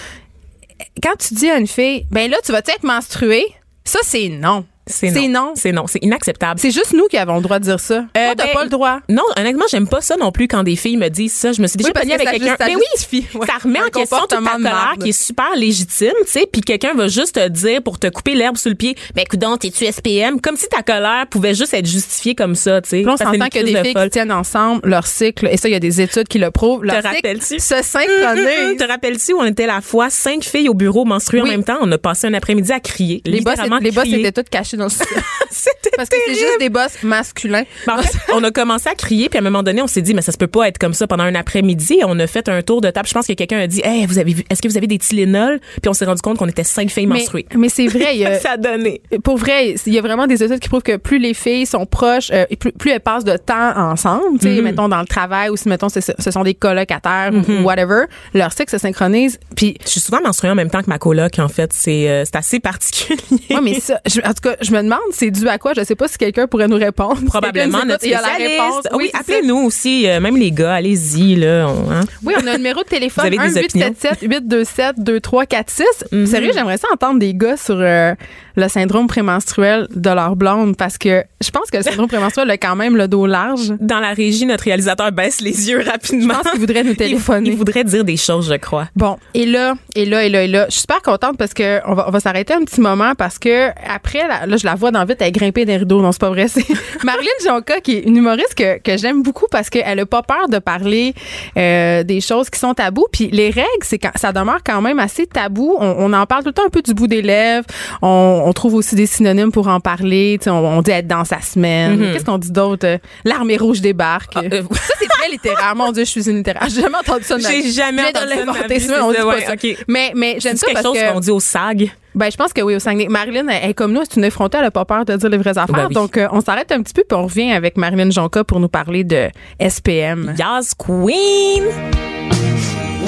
Speaker 4: Quand tu dis à une fille, ben là, tu vas être menstruée? Ça, c'est non.
Speaker 5: C'est
Speaker 4: C'est non.
Speaker 5: non. C'est non. C'est inacceptable.
Speaker 4: C'est juste nous qui avons le droit de dire ça. Toi, t'as
Speaker 5: ben,
Speaker 4: pas le droit.
Speaker 5: Non, honnêtement, j'aime pas ça non plus quand des filles me disent ça. Je me suis déjà
Speaker 4: Oui, parce
Speaker 5: pognée
Speaker 4: que
Speaker 5: avec
Speaker 4: ça
Speaker 5: quelqu'un.
Speaker 4: juste- ça
Speaker 5: Mais Ben oui,
Speaker 4: justifie, *laughs* ouais,
Speaker 5: ça remet
Speaker 4: un
Speaker 5: en question toute ta
Speaker 4: comportement de
Speaker 5: colère
Speaker 4: marde.
Speaker 5: qui est super légitime, tu sais, puis quelqu'un va juste te dire pour te couper l'herbe sous le pied, ben écoute donc, t'es-tu SPM? Comme si ta colère pouvait juste être justifiée comme ça, tu sais.
Speaker 4: Puis on
Speaker 5: Ça, c'est
Speaker 4: s'entend
Speaker 5: une
Speaker 4: que
Speaker 5: crise
Speaker 4: des
Speaker 5: de
Speaker 4: filles
Speaker 5: folle.
Speaker 4: qui tiennent ensemble leur cycle, et ça, il y a des études qui le prouvent, leur cycle
Speaker 5: rappelles-tu?
Speaker 4: se
Speaker 5: Hum, *laughs*
Speaker 4: synchronisent.
Speaker 5: Te rappelles-tu où on était la fois cinq filles au bureau menstruées
Speaker 4: Oui.
Speaker 5: en même temps? On a passé un après-midi à crier.
Speaker 4: Les boss,
Speaker 5: littéralement
Speaker 4: les boss
Speaker 5: crier.
Speaker 4: étaient toutes cachés dans le sous-
Speaker 5: *laughs* C'était
Speaker 4: *laughs* Parce que c'est
Speaker 5: terrible.
Speaker 4: juste des boss masculins.
Speaker 5: Ben, en fait, on a commencé à crier, puis à un moment donné, on s'est dit, mais ça se peut pas être comme ça pendant un après-midi. Et On a fait un tour de table. Je pense que quelqu'un a dit, hey, vous avez vu, est-ce que vous avez des Tylenol? Puis on s'est rendu compte qu'on était cinq filles
Speaker 4: Mais, euh,
Speaker 5: menstruées.
Speaker 4: mais c'est vrai, il *laughs* y a-
Speaker 5: ça a donné.
Speaker 4: pour vrai, il y a vraiment des études qui prouvent que plus les filles sont proches, euh, et plus, plus elles passent de temps ensemble, tu sais, mettons dans le travail ou si mettons c'est- ce sont des colocataires ou whatever, leur cycle se synchronise. *laughs* Puis
Speaker 5: Je suis souvent menstruée en même temps que ma coloc, en fait. C'est euh, c'est assez particulier.
Speaker 4: ouais, mais ça, je- en tout cas, je me demande, c'est dû à quoi Je sais pas si quelqu'un pourrait nous répondre. *laughs*
Speaker 5: Probablement
Speaker 4: Quelqu'un nous écoute,
Speaker 5: notre
Speaker 4: il y a la
Speaker 5: spécialiste.
Speaker 4: réponse.
Speaker 5: Ah oui,
Speaker 4: c'est ça.
Speaker 5: appelez-nous aussi, euh, même les gars, allez-y. là. on- hein.
Speaker 4: Oui, on a un numéro de téléphone
Speaker 5: Vous avez des Mhm.
Speaker 4: 1877 827 2346. Sérieux, j'aimerais ça entendre des gars sur euh, le syndrome prémenstruel de leur blonde parce que je pense que le syndrome prémenstruel a quand même le dos large.
Speaker 5: Dans la régie, notre réalisateur baisse les yeux rapidement.
Speaker 4: Je pense qu'il voudrait nous téléphoner.
Speaker 5: Il, il voudrait dire des choses, je crois.
Speaker 4: Bon, et là, et là, et là, et là, je suis super contente parce que on va, on va s'arrêter un petit moment parce que après, là, là, je la vois dans vite, elle grimper des rideaux. Non, c'est pas vrai. C'est *laughs* Marlène Jonca qui est une humoriste que, que j'aime beaucoup parce qu'elle a pas peur de parler euh, des choses qui sont tabous. Puis les règles, c'est quand, ça demeure quand même assez tabou. On, on en parle tout le temps un peu du bout des lèvres. On, on trouve aussi des synonymes pour en parler. Tu sais, on, on dit être dans sa semaine. Qu'est-ce qu'on dit d'autre? Euh, L'armée rouge débarque.
Speaker 5: Mm-hmm. Ah, euh,
Speaker 4: ça, c'est très littéraire. Mon Dieu, je suis une littéraire. J'ai jamais entendu ça de ma
Speaker 5: J'ai
Speaker 4: vie.
Speaker 5: jamais
Speaker 4: Je viens de
Speaker 5: entendu ça de ma
Speaker 4: l'inventer,
Speaker 5: vie,
Speaker 4: sinon
Speaker 5: c'est
Speaker 4: on dit
Speaker 5: ça,
Speaker 4: pas
Speaker 5: ouais,
Speaker 4: ça.
Speaker 5: ok.
Speaker 4: Mais, mais j'aime
Speaker 5: C'est
Speaker 4: ça
Speaker 5: quelque
Speaker 4: parce
Speaker 5: chose
Speaker 4: que.
Speaker 5: qu'on dit au SAG.
Speaker 4: Ben, je pense que oui, au Saguenay. Marilyn, elle, elle, comme nous, c'est une effrontée, elle a pas peur de dire les vraies affaires.
Speaker 5: Ben oui.
Speaker 4: Donc, euh, on s'arrête un petit peu puis on revient avec Marilyn Jonca pour nous parler de SPM.
Speaker 5: Yas Queen!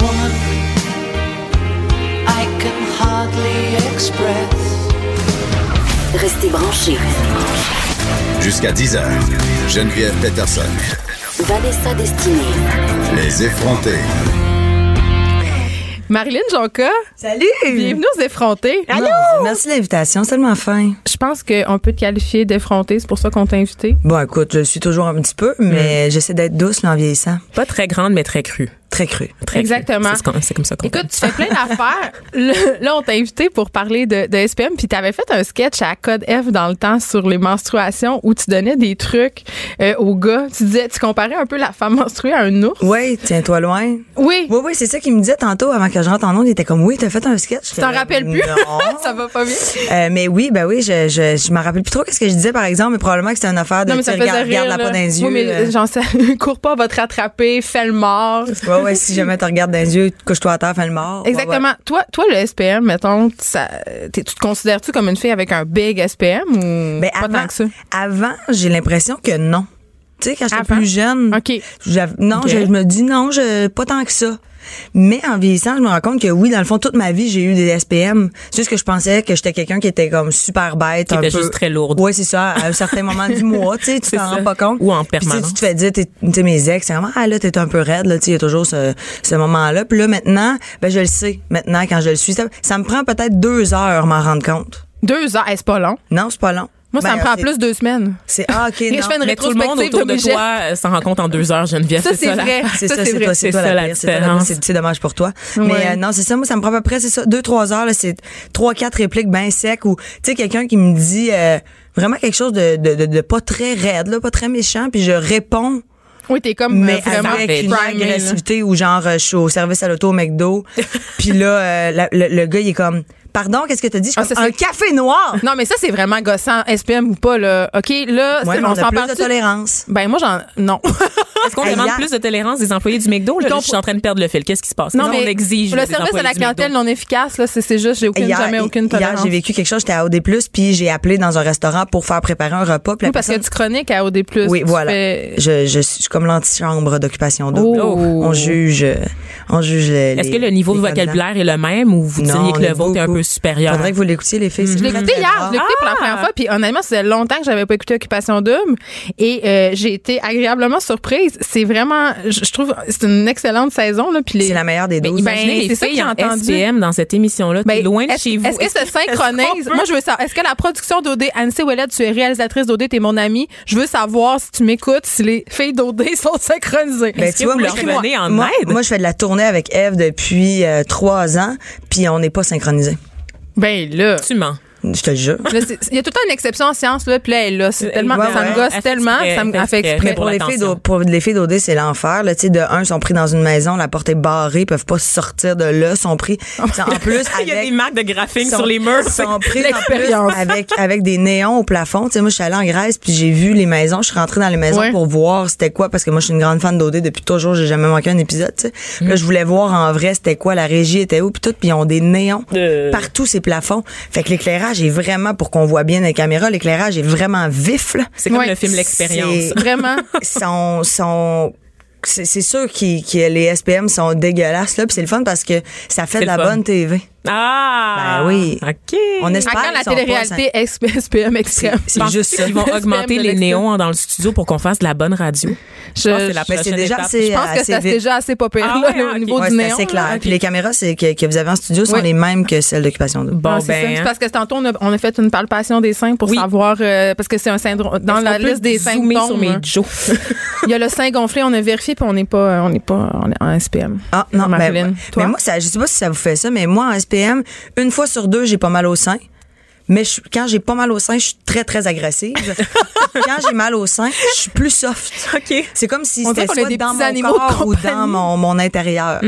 Speaker 6: woman I can hardly express
Speaker 2: Restez branchés.
Speaker 3: Jusqu'à 10h. Geneviève Peterson.
Speaker 2: Vanessa Destinée.
Speaker 3: Les effrontés.
Speaker 4: Marilyn Jonca,
Speaker 7: Salut!
Speaker 4: bienvenue aux effrontés.
Speaker 7: Allô? Merci de l'invitation, c'est tellement fin.
Speaker 4: Je pense qu'on peut te qualifier d'effronté, c'est pour ça qu'on t'a invité.
Speaker 7: Bon, écoute, je le suis toujours un petit peu,
Speaker 4: Mm.
Speaker 7: mais j'essaie d'être douce là, en vieillissant.
Speaker 5: Pas très grande, mais très crue.
Speaker 7: Très crue.
Speaker 5: Très crue.
Speaker 4: Exactement.
Speaker 5: C'est ce qu'on- C'est comme ça qu'on
Speaker 4: Écoute, tu fais plein d'affaires. Le- Là, on t'a invité pour parler de, de SPM, puis t'avais fait un sketch à Code F dans le temps sur les menstruations où tu donnais des trucs euh, aux gars. Tu disais, tu comparais un peu la femme menstruée à un ours.
Speaker 7: Oui, tiens-toi loin.
Speaker 4: Oui.
Speaker 7: Oui, oui, c'est ça qu'il me disait tantôt avant que je rentre en ondes. Il était comme, oui, t'as fait un sketch.
Speaker 4: Tu t'en rappelles plus?
Speaker 7: Non.
Speaker 4: *laughs* ça va pas bien.
Speaker 7: Euh, mais oui, ben oui, je, je, je m'en rappelle plus trop qu'est-ce que je disais, par exemple, mais probablement que c'était une affaire de,
Speaker 4: Non, mais ça
Speaker 7: tu
Speaker 4: faisait
Speaker 7: sais, regarde,
Speaker 4: rire.
Speaker 7: regarde-la
Speaker 4: là.
Speaker 7: pas dans les yeux.
Speaker 4: Oui, mais
Speaker 7: euh.
Speaker 4: j'en sais, *laughs* cours pas, va te rattraper, fais le mort.
Speaker 7: Ouais, ouais, si jamais tu regardes dans les yeux, couche-toi à terre, fais le mort. Ouais,
Speaker 4: Exactement. Toi, toi, le SPM, mettons, ça, t'es- tu te considères-tu comme une fille avec un big SPM ou
Speaker 7: Mais
Speaker 4: Mm, pas
Speaker 7: Ben, avant,
Speaker 4: tant que ça?
Speaker 7: Avant, j'ai l'impression que non. Tu sais, quand j'étais
Speaker 4: Avant?
Speaker 7: plus jeune,
Speaker 4: OK.
Speaker 7: j'av- non,
Speaker 4: OK.
Speaker 7: je, je me dis non, je, pas tant que ça. Mais en vieillissant, je me rends compte que oui, dans le fond, toute ma vie, j'ai eu des SPM. C'est juste que je pensais que j'étais quelqu'un qui était comme super bête. Qui
Speaker 5: était juste très lourde.
Speaker 7: Oui, c'est ça. À un certain moment du mois, tu
Speaker 4: *laughs*
Speaker 7: sais, tu
Speaker 5: C'est
Speaker 7: t'en
Speaker 5: ça.
Speaker 7: rends pas compte.
Speaker 5: Ou en
Speaker 7: Puis, tu sais,
Speaker 5: permanence.
Speaker 7: tu te fais dire, t'es- tu sais, mes ex, c'est vraiment, ah là, t'es un peu raide, là, tu sais, il y a toujours ce, ce moment-là. Puis là, maintenant, ben, je le sais. Maintenant, quand je le suis, ça, ça me prend peut-être deux heures m'en rendre compte.
Speaker 4: Deux heures, eh, c'est pas long.
Speaker 7: Non, c'est pas long.
Speaker 4: Moi, ça
Speaker 7: Ben,
Speaker 4: me prend
Speaker 7: c'est-
Speaker 4: plus deux semaines.
Speaker 7: C'est ah,
Speaker 4: *laughs*
Speaker 7: ok.
Speaker 4: Et
Speaker 7: non.
Speaker 4: je fais une
Speaker 5: Mais tout le monde
Speaker 4: rétrospective
Speaker 5: autour
Speaker 4: de
Speaker 5: de,
Speaker 4: mes gestes.
Speaker 5: toi euh, s'en rend compte en deux heures, Geneviève.
Speaker 4: Ça, c'est
Speaker 5: la-
Speaker 4: vrai.
Speaker 7: C'est
Speaker 4: Ça,
Speaker 7: ça,
Speaker 4: c'est
Speaker 7: c'est
Speaker 4: vrai.
Speaker 7: toi, c'est toi
Speaker 5: C'est ça, la
Speaker 7: la pire, c'est toi la pire,
Speaker 5: différence.
Speaker 7: c'est- C'est dommage pour toi. Mais
Speaker 4: Ouais.
Speaker 7: euh, non, c'est ça. Moi, ça me prend à peu près, c'est ça, deux trois heures. là, C'est trois quatre répliques bien secs ou tu sais quelqu'un qui me dit euh, vraiment quelque chose de, de, de, de pas très raide, là, pas très méchant, puis je réponds.
Speaker 4: Oui, t'es comme euh,
Speaker 7: Mais
Speaker 4: vraiment
Speaker 7: avec une
Speaker 4: primée, là.
Speaker 7: agressivité ou genre euh, je suis au service à l'auto au
Speaker 4: *laughs*
Speaker 7: McDo puis là euh, la- le, le gars il est comme pardon qu'est-ce que t'as dit je suis
Speaker 4: Ah,
Speaker 7: comme,
Speaker 4: ça, c'est-
Speaker 7: un café noir
Speaker 4: Non, mais ça, c'est vraiment gossant, SPM ou pas, là. OK, là,
Speaker 7: ouais,
Speaker 4: c'est-
Speaker 7: mais
Speaker 4: on
Speaker 7: on a
Speaker 4: s'en
Speaker 7: plus
Speaker 4: parle.
Speaker 7: de tolérance
Speaker 4: Ben, moi, j'en. Non. *laughs*
Speaker 5: Est-ce qu'on
Speaker 7: Hey,
Speaker 5: demande
Speaker 7: hier-
Speaker 5: plus de tolérance des employés du McDo? Là,
Speaker 4: Ils ont-
Speaker 5: je suis en train de perdre le fil. Qu'est-ce qui se passe?
Speaker 4: non,
Speaker 5: Là,
Speaker 4: mais.
Speaker 5: on exige
Speaker 4: le
Speaker 5: des
Speaker 4: service à
Speaker 5: employés
Speaker 4: la
Speaker 5: du
Speaker 4: clientèle
Speaker 5: McDo.
Speaker 4: non efficace, là, c'est c'est juste, j'ai aucune,
Speaker 7: Hier,
Speaker 4: jamais aucune
Speaker 7: hier,
Speaker 4: tolérance.
Speaker 7: j'ai vécu quelque chose. J'étais à OD+, puis j'ai appelé dans un restaurant pour faire préparer un repas. Puis la
Speaker 4: Oui, parce que
Speaker 7: personne-
Speaker 4: tu chroniques à OD.
Speaker 7: Oui,
Speaker 4: tu
Speaker 7: voilà.
Speaker 4: fais-
Speaker 7: Je, je suis je suis comme l'antichambre d'occupation double.
Speaker 4: Oh.
Speaker 7: On juge, euh, on juge les.
Speaker 5: Est-ce que le niveau de vocabulaire est le même ou vous diriez que le vôtre est un peu supérieur?
Speaker 7: Faudrait que vous l'écoutiez, les filles.
Speaker 4: Je l'ai écouté hier, hein. je l'ai écouté pour la
Speaker 7: Ah!
Speaker 4: première fois, puis honnêtement, ça faisait longtemps que j'avais pas écouté Occupation Double et euh, j'ai été agréablement surprise. C'est vraiment, je je trouve, c'est une excellente saison là, puis les-
Speaker 7: C'est la meilleure des
Speaker 5: Ben,
Speaker 7: douze.
Speaker 5: imaginez
Speaker 4: Ben,
Speaker 5: les
Speaker 4: c'est ça que
Speaker 5: filles
Speaker 4: j'ai
Speaker 5: en
Speaker 4: entendu.
Speaker 5: SPM dans cette émission-là.
Speaker 4: Ben,
Speaker 5: T'es loin de
Speaker 4: est-ce-
Speaker 5: chez vous.
Speaker 4: Est-ce que ça
Speaker 5: est-ce
Speaker 4: synchronise?
Speaker 5: qu'on peut-
Speaker 4: Moi, je veux savoir. Est-ce que la production d'OD, Anne-C. Ouellet, tu es réalisatrice d'OD, t'es mon amie. Je veux savoir si tu m'écoutes, si les filles d'OD *laughs* sont synchronisées.
Speaker 7: Ben,
Speaker 5: que vous
Speaker 7: moi,
Speaker 5: leur
Speaker 7: je fais- moi-
Speaker 5: venez en
Speaker 7: moi,
Speaker 5: aide?
Speaker 7: moi, je fais de la tournée avec Eve depuis euh, trois ans, puis on n'est pas synchronisés.
Speaker 4: Ben, là.
Speaker 5: Tu mens.
Speaker 7: Je te le jure.
Speaker 4: Là, c'est- Il y a tout le temps une exception en science, là, puis là, elle est là. C'est tellement,
Speaker 7: Euh, ouais,
Speaker 4: ça me
Speaker 7: ouais.
Speaker 4: gosse
Speaker 5: Elle fait
Speaker 4: tellement,
Speaker 5: exprès,
Speaker 4: ça me
Speaker 5: elle
Speaker 4: elle fait
Speaker 5: fait
Speaker 4: exprès.
Speaker 5: exprès.
Speaker 7: Pour les, filles
Speaker 5: l'attention.
Speaker 7: d'O- pour les filles d'OD, c'est l'enfer. Là, Tu sais, de un, ils sont pris dans une maison, la porte est barrée, ils peuvent pas sortir de là, ils
Speaker 4: *laughs*
Speaker 7: sont pris. En plus,
Speaker 5: Il y a
Speaker 7: avec-
Speaker 5: des marques de graphing
Speaker 7: sont-
Speaker 5: sur *laughs* les
Speaker 7: *laughs*
Speaker 5: murs.
Speaker 7: sont prises en
Speaker 4: l'expérience.
Speaker 7: plus avec avec des néons au plafond. Tu sais, moi, je suis allée en Grèce puis j'ai vu les maisons. Je suis rentrée dans les maisons
Speaker 4: Ouais.
Speaker 7: pour voir c'était quoi parce que moi, je suis une grande fan d'OD depuis toujours. J'ai jamais manqué un épisode. tu sais.
Speaker 5: Mm.
Speaker 7: Puis Là, je voulais voir en vrai c'était quoi, la régie était où puis tout. Puis ils ont des néons
Speaker 5: Euh.
Speaker 7: partout ces plafonds. Fait que l'éclairage est vraiment pour qu'on voit bien dans les caméras. L'éclairage est vraiment vif. Là.
Speaker 5: C'est comme
Speaker 4: Ouais.
Speaker 5: le film L'expérience.
Speaker 7: C'est- *laughs*
Speaker 4: Vraiment.
Speaker 7: sont sont c'est c'est sûr qu'ils- que les SPM sont dégueulasses là, puis c'est le fun parce que ça fait
Speaker 5: C'est
Speaker 7: de la
Speaker 5: le fun.
Speaker 7: bonne TV.
Speaker 5: Ah!
Speaker 7: Ben oui.
Speaker 5: OK.
Speaker 7: On
Speaker 4: À
Speaker 7: espère
Speaker 4: quand la
Speaker 7: qu'ils sont pas
Speaker 4: télé-réalité SP- SPM extrême?
Speaker 7: c'est
Speaker 5: Penses-tu
Speaker 7: juste ça.
Speaker 5: qu'ils vont
Speaker 4: *laughs* Espèce
Speaker 5: augmenter
Speaker 4: de
Speaker 5: les
Speaker 4: lecture.
Speaker 5: néons dans le studio pour qu'on fasse de la bonne radio.
Speaker 4: Je-
Speaker 5: pense que c'est la
Speaker 7: Ben, c'est
Speaker 5: prochaine
Speaker 7: déjà
Speaker 5: étape.
Speaker 7: assez-
Speaker 4: Je pense que
Speaker 7: assez
Speaker 4: c'est
Speaker 7: vite.
Speaker 4: déjà assez populaire
Speaker 5: Ah ouais,
Speaker 4: là, au
Speaker 5: ok.
Speaker 4: niveau
Speaker 7: Ouais,
Speaker 4: du
Speaker 7: c'est
Speaker 4: néon.
Speaker 7: assez clair.
Speaker 4: là.
Speaker 7: Puis les caméras c'est que, que vous avez en studio sont
Speaker 4: Oui.
Speaker 7: les mêmes que celles d'occupation double.
Speaker 5: Bon,
Speaker 4: Ah, c'est ça.
Speaker 5: ben.
Speaker 4: C'est parce que tantôt, on a, on a fait une palpation des seins pour
Speaker 5: Oui.
Speaker 4: savoir, euh, parce que c'est un syndrome, dans
Speaker 5: Est-ce
Speaker 4: la
Speaker 5: qu'on peut
Speaker 4: liste des
Speaker 5: zoomer
Speaker 4: symptômes.
Speaker 5: sur mes
Speaker 4: hein.
Speaker 5: Joe.
Speaker 4: *laughs* Il y a le sein gonflé, on a vérifié, puis on n'est pas, on n'est pas on est en SPM.
Speaker 7: Ah non, ben,
Speaker 4: Marilyn, toi?
Speaker 7: mais moi ça, je sais pas si ça vous fait ça, mais moi en SPM, une fois sur deux j'ai pas mal au sein. Mais je- quand j'ai pas mal au sein, je suis très
Speaker 4: *laughs*
Speaker 7: très agressive. quand j'ai mal au sein, je suis plus soft.
Speaker 5: OK.
Speaker 7: C'est comme si
Speaker 4: On dirait
Speaker 7: c'était
Speaker 4: qu'on est
Speaker 7: soit
Speaker 4: des
Speaker 7: dans
Speaker 4: petits
Speaker 7: mon
Speaker 4: animaux de
Speaker 7: corps ou dans
Speaker 4: compagnie.
Speaker 7: mon, mon intérieur.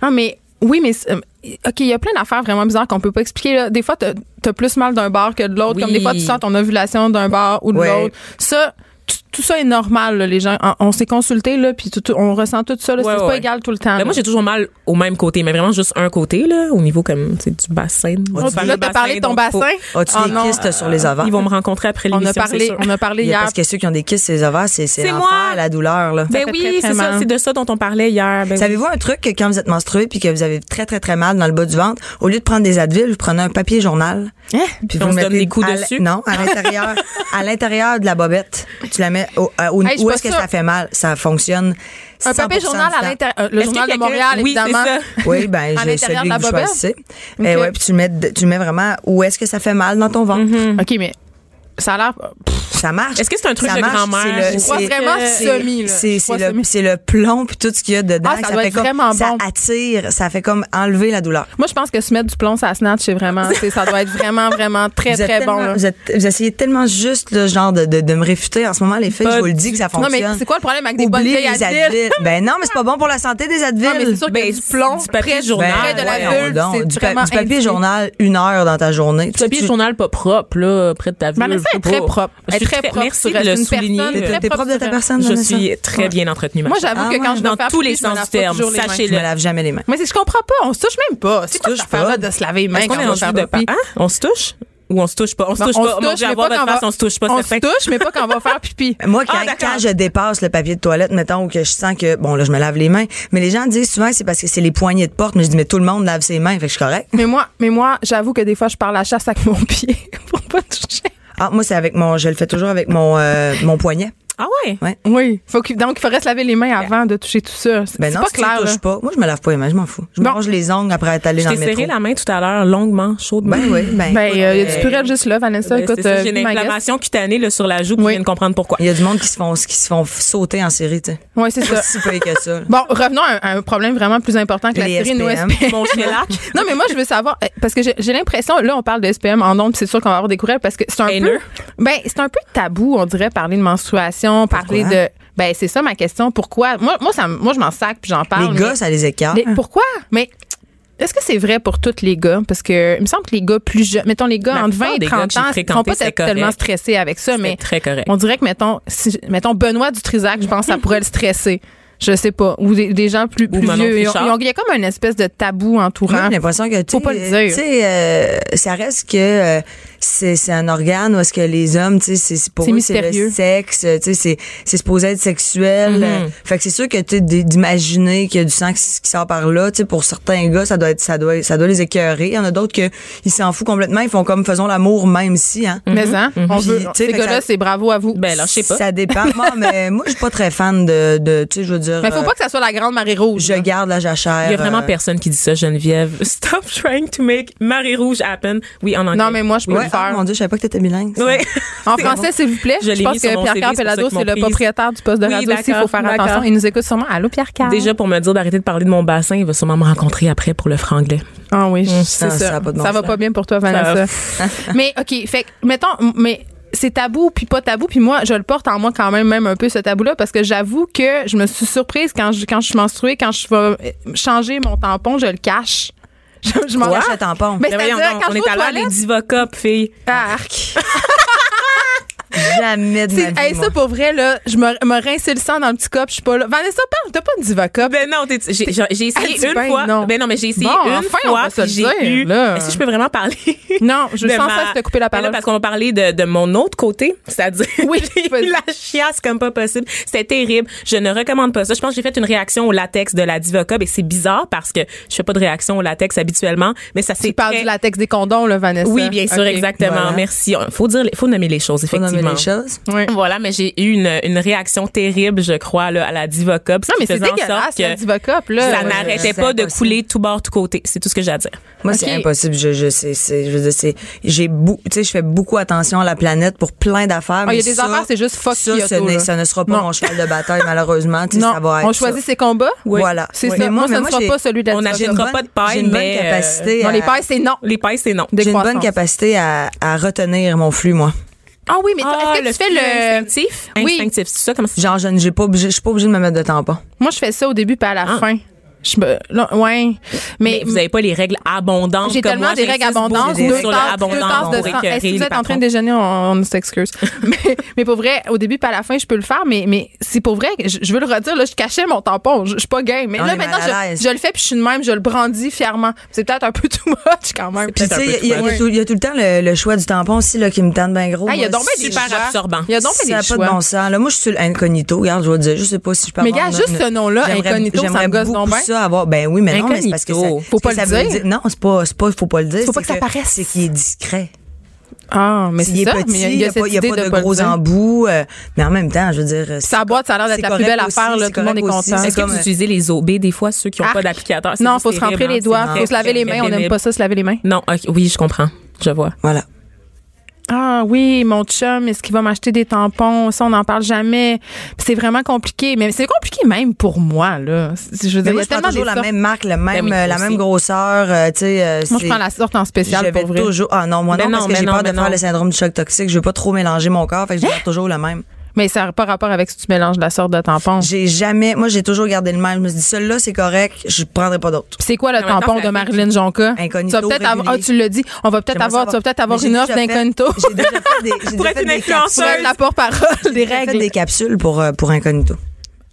Speaker 4: Ah, mais oui, mais c'est- euh, OK, il y a plein d'affaires vraiment bizarres qu'on peut pas expliquer. là. Des fois, t'as as plus mal d'un bar que de l'autre,
Speaker 5: Oui.
Speaker 4: comme des fois, tu sens ton ovulation d'un bar ou de
Speaker 7: Ouais.
Speaker 4: l'autre. Ça, t- tout ça est normal, là, les gens. On, on s'est consulté, là, puis tout- tout- on ressent tout ça. là.
Speaker 5: Ouais,
Speaker 4: c'est
Speaker 5: ouais,
Speaker 4: pas
Speaker 5: ouais.
Speaker 4: égal tout le temps.
Speaker 5: Ben,
Speaker 4: là.
Speaker 5: moi, j'ai toujours mal au même côté, mais vraiment juste un côté, là, au niveau comme, tu sais, du bassin.
Speaker 4: Oh,
Speaker 5: Tu parles
Speaker 4: là,
Speaker 5: de
Speaker 4: t'as
Speaker 5: bassin,
Speaker 4: parlé de ton
Speaker 5: donc
Speaker 4: bassin.
Speaker 5: faut-
Speaker 7: As-tu
Speaker 4: Ah
Speaker 7: des
Speaker 4: non.
Speaker 7: kystes sur les ovaires?
Speaker 5: Ils vont me rencontrer après
Speaker 4: on, a
Speaker 5: l'émission, c'est
Speaker 4: parlé,
Speaker 5: *laughs* sûr.
Speaker 4: on a parlé
Speaker 7: Il y a-
Speaker 4: hier.
Speaker 7: Parce que ceux qui ont des kystes sur les ovaires, c'est c'est
Speaker 5: C'est
Speaker 7: l'enfer,
Speaker 5: moi.
Speaker 7: la douleur. Là.
Speaker 5: Ben
Speaker 4: fait
Speaker 5: oui,
Speaker 4: très, très
Speaker 5: c'est ça,
Speaker 4: mal.
Speaker 5: c'est de ça dont on parlait hier. Ben oui.
Speaker 7: Savez-vous un truc que quand vous êtes menstrué puis que vous avez très très très mal dans le bas du ventre, au lieu de prendre des Advil, vous prenez un papier journal.
Speaker 4: Hein?
Speaker 7: Puis
Speaker 5: on
Speaker 7: le
Speaker 5: se donne
Speaker 7: mettez
Speaker 5: des coups
Speaker 7: à l-
Speaker 5: dessus?
Speaker 7: Non, à l'intérieur, à l'intérieur de la bobette. tu la mets au, à- au-
Speaker 4: Hey, je suis
Speaker 7: où
Speaker 4: pas
Speaker 7: est-ce que
Speaker 4: sûre.
Speaker 7: ça fait mal. Ça fonctionne.
Speaker 4: Un papier
Speaker 7: 100%
Speaker 4: journal
Speaker 7: du
Speaker 4: à
Speaker 7: temps.
Speaker 4: l'intérieur. euh, Le
Speaker 5: Est-ce
Speaker 4: journal de
Speaker 5: qu'il y a
Speaker 4: Montréal,
Speaker 5: quelqu'un- oui, c'est
Speaker 4: évidemment.
Speaker 5: ça.
Speaker 7: Oui, ben,
Speaker 4: *laughs* À
Speaker 7: j'ai
Speaker 4: l'intérieur
Speaker 7: celui
Speaker 4: de la
Speaker 7: que vous
Speaker 4: bobette.
Speaker 7: choisissez. Eh
Speaker 4: Ok.
Speaker 7: ouais, puis tu le mets, de- tu le mets vraiment où est-ce que ça fait mal dans ton ventre.
Speaker 4: OK, mais ça a l'air. pff,
Speaker 7: Ça marche.
Speaker 5: Est-ce que c'est un truc
Speaker 7: Ça
Speaker 5: de
Speaker 7: marche,
Speaker 5: grand-mère?
Speaker 7: c'est le-
Speaker 5: Je
Speaker 4: crois
Speaker 7: c'est-
Speaker 4: vraiment
Speaker 7: c'est-
Speaker 4: semi, là.
Speaker 7: C'est
Speaker 4: Je crois
Speaker 7: c'est le,
Speaker 4: semi.
Speaker 7: c'est le plomb puis tout ce qu'il y a dedans.
Speaker 4: Ah, ça doit
Speaker 7: fait
Speaker 4: être
Speaker 7: comme,
Speaker 4: vraiment
Speaker 7: Ça
Speaker 4: bon.
Speaker 7: attire, ça fait comme enlever la douleur.
Speaker 4: Moi, je pense que se mettre du plomb, ça snatch, c'est vraiment. c'est- Ça doit être vraiment, vraiment très,
Speaker 7: Vous, êtes
Speaker 4: très bon.
Speaker 7: tellement-
Speaker 4: là.
Speaker 7: vous, êtes- vous essayez tellement juste le genre de, de, de me réfuter en ce moment les filles,
Speaker 5: Pas
Speaker 7: je vous le
Speaker 5: du-
Speaker 7: dis que ça
Speaker 4: Non,
Speaker 7: fonctionne.
Speaker 4: mais c'est quoi le problème avec des bonnes
Speaker 7: Oubliez
Speaker 4: vieilles
Speaker 7: les
Speaker 4: Advil? *laughs*
Speaker 7: Advil. Ben non, mais c'est pas bon pour la santé des Advil.
Speaker 4: Non, mais c'est sûr qu'il y a du plomb
Speaker 5: Ben, du papier
Speaker 4: près,
Speaker 5: journal.
Speaker 4: près de la
Speaker 5: Ouais,
Speaker 7: voyons
Speaker 4: vulve,
Speaker 7: donc.
Speaker 4: c'est
Speaker 7: du, pa-
Speaker 4: vraiment
Speaker 7: du papier
Speaker 4: indiqué.
Speaker 7: journal, une heure dans ta journée.
Speaker 5: Tu papier
Speaker 7: Tu-
Speaker 5: journal pas propre, là, près de ta vie.
Speaker 4: Vanessa Ben, est très propre. Elle est très propre.
Speaker 5: Merci
Speaker 4: Tu
Speaker 5: de
Speaker 4: restes
Speaker 5: le
Speaker 4: une
Speaker 5: souligner.
Speaker 4: personne
Speaker 7: T'es
Speaker 4: très
Speaker 7: t'es propre de ta
Speaker 4: propre,
Speaker 7: personne,
Speaker 5: Je
Speaker 7: Vanessa?
Speaker 5: suis très bien entretenue. ma
Speaker 4: Moi,
Speaker 5: chère.
Speaker 4: j'avoue
Speaker 7: Ah
Speaker 4: que quand
Speaker 7: ouais.
Speaker 4: je
Speaker 5: Dans
Speaker 4: me fais
Speaker 5: tous les
Speaker 4: appeler, je me
Speaker 5: sens
Speaker 4: lave
Speaker 5: du
Speaker 4: pas
Speaker 5: terme.
Speaker 4: toujours les mains.
Speaker 5: Sachez-le.
Speaker 7: Je me lave jamais les mains.
Speaker 4: Mais c'est je comprends pas, on se touche même pas. C'est quoi
Speaker 7: touches
Speaker 4: cette affaire-là
Speaker 7: pas.
Speaker 4: de se laver les mains
Speaker 5: Est-ce qu'on
Speaker 4: quand
Speaker 5: est
Speaker 4: on
Speaker 5: en
Speaker 4: va faire
Speaker 5: jus de
Speaker 4: pipi?
Speaker 5: pain? Hein? On se touche? Ou on se touche pas? On se
Speaker 4: Non,
Speaker 5: touche
Speaker 4: Ben, on
Speaker 5: pas. Mon
Speaker 4: touche,
Speaker 5: Dieu,
Speaker 4: mais
Speaker 5: à voir
Speaker 4: pas
Speaker 5: votre
Speaker 4: quand on
Speaker 5: face,
Speaker 4: va-
Speaker 5: on se touche pas,
Speaker 4: On se
Speaker 5: certain.
Speaker 4: touche, mais pas quand on va faire pipi.
Speaker 7: Moi, quand,
Speaker 5: Ah, d'accord.
Speaker 7: quand je dépasse le papier de toilette, mettons, ou que je sens que, bon, là, je me lave les mains, mais les gens disent souvent que c'est parce que c'est les poignées de porte, mais je dis, mais tout le monde lave ses mains, fait que je suis correct.
Speaker 4: Mais moi, mais moi, j'avoue que des fois, je pars la chasse avec mon pied pour pas toucher.
Speaker 7: Ah, moi, c'est avec mon, je le fais toujours avec mon, euh, mon poignet.
Speaker 5: Ah ouais?
Speaker 7: Ouais.
Speaker 4: Oui. Faut qu'il- donc, il faudrait se laver les mains avant de toucher tout ça. C'est
Speaker 7: Ben
Speaker 4: c'est
Speaker 7: non,
Speaker 4: pas
Speaker 7: si tu
Speaker 4: clair.
Speaker 7: touches
Speaker 4: là.
Speaker 7: pas. Moi, je me lave pas les mains, je m'en fous. Je
Speaker 4: Bon.
Speaker 7: mange les ongles après être allé
Speaker 5: Je
Speaker 7: dans
Speaker 5: t'ai
Speaker 7: le métro.
Speaker 5: serré la main tout à l'heure, longuement, chaudement.
Speaker 7: Ben oui, ben.
Speaker 4: Ben,
Speaker 7: écoute,
Speaker 4: il y a du purel juste là, Vanessa.
Speaker 5: Ben,
Speaker 4: écoute,
Speaker 5: c'est ça,
Speaker 4: euh,
Speaker 5: J'ai une
Speaker 4: be my guest.
Speaker 5: inflammation cutanée là, sur la joue, puis
Speaker 4: Oui.
Speaker 5: je viens de comprendre pourquoi.
Speaker 7: il y a du monde qui se font, qui se font sauter en série, tu sais.
Speaker 4: Oui, c'est
Speaker 7: *laughs* Pas
Speaker 4: ça.
Speaker 7: si payé que ça. là.
Speaker 4: Bon, revenons à un, à un problème vraiment plus important que
Speaker 7: Les
Speaker 4: la série
Speaker 7: SPM.
Speaker 4: nous, SPM.
Speaker 5: Mon shellac.
Speaker 4: *laughs* Non, mais moi, je veux savoir, euh, parce que j'ai j'ai l'impression, là, on parle de SPM en nombre, c'est sûr qu'on va avoir des courriels, parce que c'est un
Speaker 5: Haineux.
Speaker 4: peu. Ben, c'est un peu tabou, on dirait, parler de menstruation, parler
Speaker 7: Pourquoi?
Speaker 4: de. Ben, c'est ça ma question. Pourquoi? Moi, moi, ça, me- moi je m'en sac puis j'en parle.
Speaker 7: les
Speaker 4: mais-
Speaker 7: gars, ça les
Speaker 5: Ah.
Speaker 7: écarte.
Speaker 4: Mais pourquoi? Mais. Est-ce que c'est vrai pour tous les gars? Parce que il me semble que les gars plus jeunes, mettons les gars
Speaker 5: La
Speaker 4: entre
Speaker 5: plupart
Speaker 4: 20 et
Speaker 5: des gars que
Speaker 4: 30
Speaker 5: j'ai
Speaker 4: ans, ils sont
Speaker 5: fréquentés,
Speaker 4: pas
Speaker 5: c'était
Speaker 4: tellement
Speaker 5: correct.
Speaker 4: stressés avec ça, mais
Speaker 5: très correct.
Speaker 4: on dirait que mettons, si- mettons Benoît Dutrisac, je pense que ça pourrait le stresser. Je sais pas. Ou des, des gens plus, plus
Speaker 5: Manon
Speaker 4: vieux. Ils ont-
Speaker 5: Richard.
Speaker 4: ils ont- Il y a comme une espèce de tabou
Speaker 7: Moi,
Speaker 4: entourant.
Speaker 7: j'ai l'impression que tu
Speaker 4: Faut pas le
Speaker 7: sais,
Speaker 4: dire.
Speaker 7: tu sais, euh, ça reste que euh, c'est c'est un organe où est-ce que les hommes, tu sais, c'est- c'est pour
Speaker 4: C'est
Speaker 7: eux, c'est le
Speaker 4: mystérieux. Mhm.
Speaker 7: sexe, tu sais, c'est c'est supposé être sexuel. Euh, Fait que c'est sûr que tu sais, d- d'imaginer qu'il y a du sang qui, s- qui sort par là, tu sais, pour certains gars, ça doit être ça doit ça doit les écœurer. Il y en a d'autres que ils s'en foutent complètement, ils font comme faisons l'amour même si hein.
Speaker 4: Mais hein, on
Speaker 7: Puis,
Speaker 4: veut.
Speaker 7: tu sais,
Speaker 4: Ces
Speaker 7: fait que
Speaker 4: gars-là,
Speaker 7: ça-
Speaker 4: c'est bravo à vous.
Speaker 5: Ben, là, je sais pas.
Speaker 7: Ça euh,
Speaker 4: *laughs*
Speaker 7: dépend. moi, mais moi je suis pas très fan de de tu sais, je veux dire
Speaker 4: Mais faut
Speaker 7: euh,
Speaker 4: pas que ça soit la grande marée rouge.
Speaker 7: je
Speaker 4: là.
Speaker 7: garde la jachère.
Speaker 5: Il y a vraiment
Speaker 7: euh,
Speaker 5: personne qui dit ça, Geneviève. *laughs* Stop trying to make marée rouge happen. Oui, en anglais.
Speaker 4: Non, mais moi, je peux
Speaker 7: Ouais,
Speaker 4: le
Speaker 7: ah,
Speaker 4: faire.
Speaker 7: mon dieu, je savais pas que t'étais bilingue. ça.
Speaker 5: Oui.
Speaker 4: En français, s'il vous plaît.
Speaker 5: Je
Speaker 4: Je,
Speaker 5: l'ai mis
Speaker 4: pense
Speaker 5: sur
Speaker 4: que
Speaker 5: mon CV, c'est
Speaker 4: Pierre-Carl
Speaker 5: pour ça
Speaker 4: Pellado,
Speaker 5: qu'ils m'ont
Speaker 4: c'est le
Speaker 5: prise.
Speaker 4: propriétaire du poste de
Speaker 5: Oui,
Speaker 4: radio aussi. Il
Speaker 5: d'accord,
Speaker 4: faut faire
Speaker 5: d'accord.
Speaker 4: attention. Il nous écoute sûrement. Allô, Pierre-Carl?
Speaker 5: Déjà, pour me dire d'arrêter de parler de mon bassin, il va sûrement me rencontrer après pour le franglais.
Speaker 4: Ah oui, je- c'est ça.
Speaker 7: Ah, ça
Speaker 4: Ça,
Speaker 7: a pas de bon
Speaker 4: va
Speaker 7: sens.
Speaker 4: pas bien pour toi, Vanessa. *laughs* mais OK, fait que, mettons, m- mais c'est tabou puis pas tabou puis moi je le porte en moi quand même même un peu ce tabou là parce que j'avoue que je me suis surprise quand je quand je suis menstruée quand je vais euh, changer mon tampon je le cache *laughs* je, je m'en
Speaker 7: Quoi? Cache le tampon.
Speaker 4: mais
Speaker 5: Mais
Speaker 4: c'est-à-dire,
Speaker 5: Ben voyons donc,
Speaker 4: quand
Speaker 5: on
Speaker 4: je
Speaker 5: est
Speaker 4: vais
Speaker 5: à
Speaker 4: aux
Speaker 5: l'heure des
Speaker 4: toilettes
Speaker 5: divocopes, fille.
Speaker 4: Ah, arc
Speaker 7: Jamais de ma
Speaker 4: C'est-
Speaker 7: vie,
Speaker 4: hey,
Speaker 7: moi.
Speaker 4: ça pour vrai là je me, me rinçais le sang dans le petit cop je suis pas là Vanessa parle t'as pas une diva cup
Speaker 5: Ben non, t'es- j'ai j'ai- j'ai essayé
Speaker 4: Elle dit
Speaker 5: une
Speaker 4: ben
Speaker 5: fois.
Speaker 4: non.
Speaker 5: Ben non, mais j'ai essayé
Speaker 4: Bon,
Speaker 5: une
Speaker 4: enfin, on
Speaker 5: fois.
Speaker 4: va se
Speaker 5: puis
Speaker 4: le
Speaker 5: j'ai
Speaker 4: dire,
Speaker 5: eu.
Speaker 4: là.
Speaker 5: Est-ce que je peux vraiment parler?
Speaker 4: Non, je
Speaker 5: de
Speaker 4: sens ça, je te couper la
Speaker 5: Ben là,
Speaker 4: parole.
Speaker 5: parce qu'on va parler de, de mon autre côté, c'est-à-dire
Speaker 4: *laughs*
Speaker 5: *laughs*
Speaker 4: Oui,
Speaker 5: j'ai eu
Speaker 4: vas-y.
Speaker 5: la chiasse comme pas possible. C'était terrible. Je ne recommande pas ça. Je pense que j'ai fait une réaction au latex de la Divocob et c'est bizarre parce que je fais pas de réaction au latex habituellement, mais ça s'est
Speaker 4: tu parles
Speaker 5: très-
Speaker 4: du latex des condoms là Vanessa
Speaker 5: Oui, bien sûr,
Speaker 4: Ok.
Speaker 5: exactement.
Speaker 7: Voilà.
Speaker 5: Merci. Faut dire, faut nommer les choses,
Speaker 7: Faut
Speaker 5: effectivement.
Speaker 7: nommer les choses.
Speaker 4: Ouais.
Speaker 5: Voilà, mais j'ai eu une, une réaction terrible, je crois, là, à la Divocob.
Speaker 4: non mais c'est dégueulasse
Speaker 5: sorte
Speaker 4: la
Speaker 5: que
Speaker 4: diva cup là
Speaker 5: ça
Speaker 7: ouais,
Speaker 5: n'arrêtait
Speaker 7: c'est
Speaker 5: pas de
Speaker 7: impossible.
Speaker 5: couler tout bord, tout côté. C'est tout ce que j'ai à dire.
Speaker 7: Moi,
Speaker 4: Ok.
Speaker 7: c'est impossible. Je, je sais, c'est, je veux dire, c'est, j'ai beau, tu sais, je fais beaucoup attention à la planète pour plein d'affaires.
Speaker 4: Ah, il y a
Speaker 7: mais
Speaker 4: des
Speaker 7: ça,
Speaker 4: affaires, c'est juste fuck
Speaker 7: ça,
Speaker 4: Kyoto,
Speaker 7: ce n'est-
Speaker 4: là.
Speaker 7: ça ne sera pas
Speaker 4: Non.
Speaker 7: mon cheval de
Speaker 4: *laughs*
Speaker 7: bataille, malheureusement. Tu sais,
Speaker 4: non
Speaker 7: ça va être
Speaker 4: on choisit
Speaker 7: ça.
Speaker 4: ses combats
Speaker 7: Oui. Voilà.
Speaker 4: c'est
Speaker 7: Oui.
Speaker 4: ça
Speaker 7: Mais moi-
Speaker 4: moi,
Speaker 7: mais
Speaker 4: ça
Speaker 7: moi,
Speaker 4: ne sera
Speaker 7: j'ai-
Speaker 4: pas celui de la
Speaker 5: on
Speaker 4: diva
Speaker 7: J'ai
Speaker 5: achètera
Speaker 7: une
Speaker 4: cup.
Speaker 5: pas
Speaker 7: bonne-
Speaker 5: de paille,
Speaker 7: J'ai une bonne
Speaker 5: mais, euh,
Speaker 7: capacité.
Speaker 4: non les
Speaker 7: à-
Speaker 4: pailles c'est non
Speaker 5: Les pailles, c'est non.
Speaker 4: Des
Speaker 7: J'ai une bonne
Speaker 4: croissances.
Speaker 7: capacité à, à retenir mon flux, moi.
Speaker 4: Ah oui, mais toi,
Speaker 5: Ah,
Speaker 4: est-ce que tu fais
Speaker 5: flux
Speaker 4: le.
Speaker 5: instinctif?
Speaker 4: Oui.
Speaker 5: Instinctif, c'est ça comme ça?
Speaker 7: Genre, je ne j'ai pas obligé, je suis pas obligée de me mettre de tampon.
Speaker 4: Moi, je fais ça au début, pas à la fin. Je me. là, ouais. Mais.
Speaker 5: Ah. Mais vous n'avez pas les règles abondantes.
Speaker 4: j'ai
Speaker 5: comme
Speaker 4: tellement
Speaker 5: moi,
Speaker 4: des règles
Speaker 5: j'insiste beaucoup
Speaker 4: abondantes,
Speaker 7: j'ai des
Speaker 4: deux
Speaker 7: règles
Speaker 4: tasses, deux tasses
Speaker 7: abondantes
Speaker 4: de
Speaker 5: pour
Speaker 4: sang.
Speaker 5: écœurer
Speaker 4: Est-ce que
Speaker 5: les
Speaker 4: vous êtes en train
Speaker 5: patrons.
Speaker 4: de déjeuner, on, on
Speaker 5: *laughs*
Speaker 4: s'excuse. mais, mais pour vrai, au début, pas à la fin, je peux le faire, mais, mais c'est pour vrai, que je, je veux le redire, là, je cachais mon tampon, je, je suis pas gay. Mais
Speaker 7: On
Speaker 4: là,
Speaker 7: est mal
Speaker 4: maintenant,
Speaker 7: à
Speaker 4: je,
Speaker 7: l'aise.
Speaker 4: je le fais, puis je suis de même, je le brandis fièrement. C'est peut-être un peu too much quand même.
Speaker 7: Puis, tu
Speaker 5: un
Speaker 7: sais,
Speaker 5: peu
Speaker 7: il y, a-
Speaker 5: too
Speaker 7: il y a
Speaker 5: much.
Speaker 7: tout- il y a tout le temps le, le choix du tampon aussi, là, qui me tente bien gros.
Speaker 4: Ah, il y a
Speaker 7: moi,
Speaker 4: donc bien des
Speaker 5: super
Speaker 4: choix.
Speaker 5: absorbant.
Speaker 4: Il y a donc
Speaker 7: Ça
Speaker 4: bien
Speaker 7: n'a
Speaker 4: des
Speaker 7: pas de
Speaker 4: choix.
Speaker 7: bon sens. Là, moi, je suis sur le incognito. Regarde, je vais te dire, je sais pas si je peux
Speaker 4: Mais
Speaker 7: avoir
Speaker 4: gars, juste
Speaker 7: une-
Speaker 4: ce nom-là,
Speaker 7: J'aimerais-
Speaker 4: incognito, ça me
Speaker 7: j'aimerais
Speaker 4: gosse donc
Speaker 7: beaucoup
Speaker 4: bien.
Speaker 7: ça avoir. Ben oui, mais non, mais c'est parce que ça,
Speaker 5: Incognito.
Speaker 4: Faut
Speaker 7: ce
Speaker 4: pas
Speaker 7: que
Speaker 4: le
Speaker 7: ça veut
Speaker 4: dire.
Speaker 7: Non, c'est pas, c'est pas, faut pas le dire.
Speaker 4: Faut pas
Speaker 7: c'est
Speaker 4: que ça paraisse.
Speaker 7: C'est qu'il est discret.
Speaker 4: Ah, mais
Speaker 7: S'il
Speaker 4: c'est
Speaker 7: est
Speaker 4: ça.
Speaker 7: petit,
Speaker 4: mais
Speaker 7: il n'y a, pas- il y a
Speaker 4: cette
Speaker 7: pas
Speaker 4: idée
Speaker 7: de,
Speaker 4: pas le
Speaker 7: gros
Speaker 4: dire.
Speaker 7: embouts. euh, mais en même temps, je veux dire. euh,
Speaker 4: Sa boîte, ça a l'air d'être
Speaker 7: c'est
Speaker 4: la plus belle
Speaker 7: correct aussi,
Speaker 4: affaire. là.
Speaker 7: c'est
Speaker 4: Tout le monde est
Speaker 7: correct aussi.
Speaker 4: content.
Speaker 7: C'est
Speaker 5: Est-ce que
Speaker 7: comme-
Speaker 5: vous utilisez les OB des fois, ceux qui n'ont
Speaker 4: Arc.
Speaker 5: pas d'applicateur? C'est
Speaker 4: Ah, Non,
Speaker 5: juste
Speaker 4: faut se
Speaker 5: terrible,
Speaker 4: remplir
Speaker 5: hein,
Speaker 4: les doigts,
Speaker 5: c'est
Speaker 4: faut se laver les mains. On n'aime
Speaker 5: pénible.
Speaker 4: pas ça, se laver les mains.
Speaker 5: Non, ok, oui, je comprends. Je vois.
Speaker 7: Voilà.
Speaker 4: Ah oui, mon chum, est-ce qu'il va m'acheter des tampons? Ça, on n'en parle jamais. Puis C'est vraiment compliqué. Mais c'est compliqué même pour moi, là. C'est- Je veux dire, il y
Speaker 7: Mais moi,
Speaker 4: a
Speaker 7: je prends
Speaker 4: tellement
Speaker 7: toujours
Speaker 4: des
Speaker 7: la
Speaker 4: sortes.
Speaker 7: même marque, le même,
Speaker 5: oui,
Speaker 7: euh, la
Speaker 5: aussi.
Speaker 7: même grosseur. euh, tu sais, euh,
Speaker 4: Moi, je
Speaker 7: c'est-
Speaker 4: prends la sorte en spécial
Speaker 7: je vais
Speaker 4: pour vrai. Ben
Speaker 7: toujours. Ah non, moi
Speaker 5: Mais
Speaker 7: non,
Speaker 5: non,
Speaker 7: parce que
Speaker 5: mais
Speaker 7: j'ai
Speaker 5: non,
Speaker 7: peur
Speaker 5: mais
Speaker 7: de faire
Speaker 5: non.
Speaker 7: le syndrome du choc toxique. Je veux pas trop mélanger mon corps,
Speaker 4: Hein?
Speaker 7: fait que je garde toujours le même.
Speaker 4: Mais ça n'a pas rapport avec si tu mélanges la sorte de tampon. Puis
Speaker 7: J'ai jamais. Moi, j'ai toujours gardé le même. Je me suis dit, celui-là, c'est correct, je prendrai pas d'autre.
Speaker 4: C'est quoi le
Speaker 5: En même temps,
Speaker 4: tampon
Speaker 5: ça
Speaker 4: de
Speaker 5: fait-
Speaker 4: Marilyn Jonca?
Speaker 7: Incognito,
Speaker 4: Tu vas peut-être avoir, ah,
Speaker 7: régulier.
Speaker 4: tu le dis. On va peut-être
Speaker 7: J'aimerais
Speaker 4: avoir, tu vas
Speaker 7: savoir.
Speaker 4: peut-être avoir
Speaker 7: Mais
Speaker 4: une
Speaker 7: j'ai
Speaker 4: offre
Speaker 7: déjà fait-
Speaker 4: d'incognito.
Speaker 7: *laughs* J'ai déjà fait des. j'ai
Speaker 5: Pour
Speaker 7: déjà
Speaker 5: être
Speaker 7: fait
Speaker 5: une
Speaker 7: des
Speaker 5: influenceuse.
Speaker 4: Pour être la porte-parole des
Speaker 7: capsules- J'ai fait
Speaker 4: règles.
Speaker 7: des capsules pour, euh, pour incognito.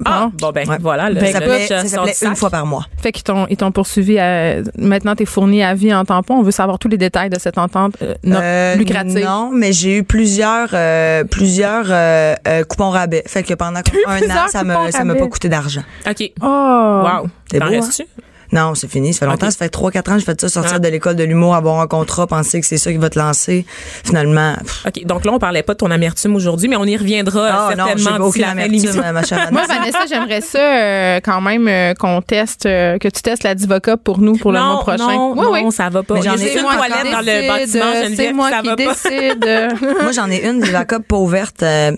Speaker 5: Ah,
Speaker 4: Bon.
Speaker 5: bon, ben,
Speaker 7: Ouais.
Speaker 5: voilà. Le,
Speaker 7: Ça
Speaker 5: le-
Speaker 7: s'appelait
Speaker 5: le-
Speaker 7: ça s'appelait
Speaker 5: sort du
Speaker 7: une
Speaker 5: sac.
Speaker 7: fois par mois.
Speaker 4: Fait qu'ils t'ont, ils t'ont poursuivi à, maintenant t'es fourni à vie en tampon. On veut savoir tous les détails de cette entente euh, non-
Speaker 7: Euh,
Speaker 4: lucrative.
Speaker 7: Non, mais j'ai eu plusieurs, euh, plusieurs euh, euh, coupons rabais. Fait que pendant
Speaker 4: eu
Speaker 7: un
Speaker 4: plusieurs
Speaker 7: an, ça
Speaker 4: coupons
Speaker 7: me, ça m'a
Speaker 4: rabais.
Speaker 7: pas coûté d'argent.
Speaker 5: OK.
Speaker 4: Oh!
Speaker 5: Wow.
Speaker 7: C'est
Speaker 5: T'en
Speaker 7: beau, hein?
Speaker 5: restes-tu?
Speaker 7: Non, c'est fini. Ça fait longtemps.
Speaker 5: Ok.
Speaker 7: Ça fait trois, quatre ans que je fais ça, sortir
Speaker 5: Ah.
Speaker 7: de l'école de l'humour, avoir un contrat, penser que c'est ça qui va te lancer. Finalement, pff,
Speaker 5: OK. Donc là, on parlait pas de ton amertume aujourd'hui, mais on y reviendra euh,
Speaker 7: ah non, je
Speaker 5: certainement
Speaker 7: pas
Speaker 5: d'ici
Speaker 7: aucune
Speaker 5: la fin de l'émission.
Speaker 7: amertume, ma chère Anna.
Speaker 4: Moi, Vanessa, j'aimerais ça euh, quand même euh, qu'on teste, euh, que tu testes la Divoca pour nous pour le
Speaker 5: non,
Speaker 4: mois prochain.
Speaker 5: Non,
Speaker 4: oui, oui.
Speaker 5: non, ça va pas.
Speaker 7: Mais
Speaker 5: Il y a
Speaker 7: j'en ai
Speaker 5: juste une
Speaker 7: une encore.
Speaker 5: toilette dans le bâtiment, Geneviève,
Speaker 4: euh, C'est moi
Speaker 5: ça
Speaker 4: qui
Speaker 5: va pas.
Speaker 7: *laughs*
Speaker 4: décide.
Speaker 7: Moi, j'en ai une, des vacuums pas ouvertes. euh,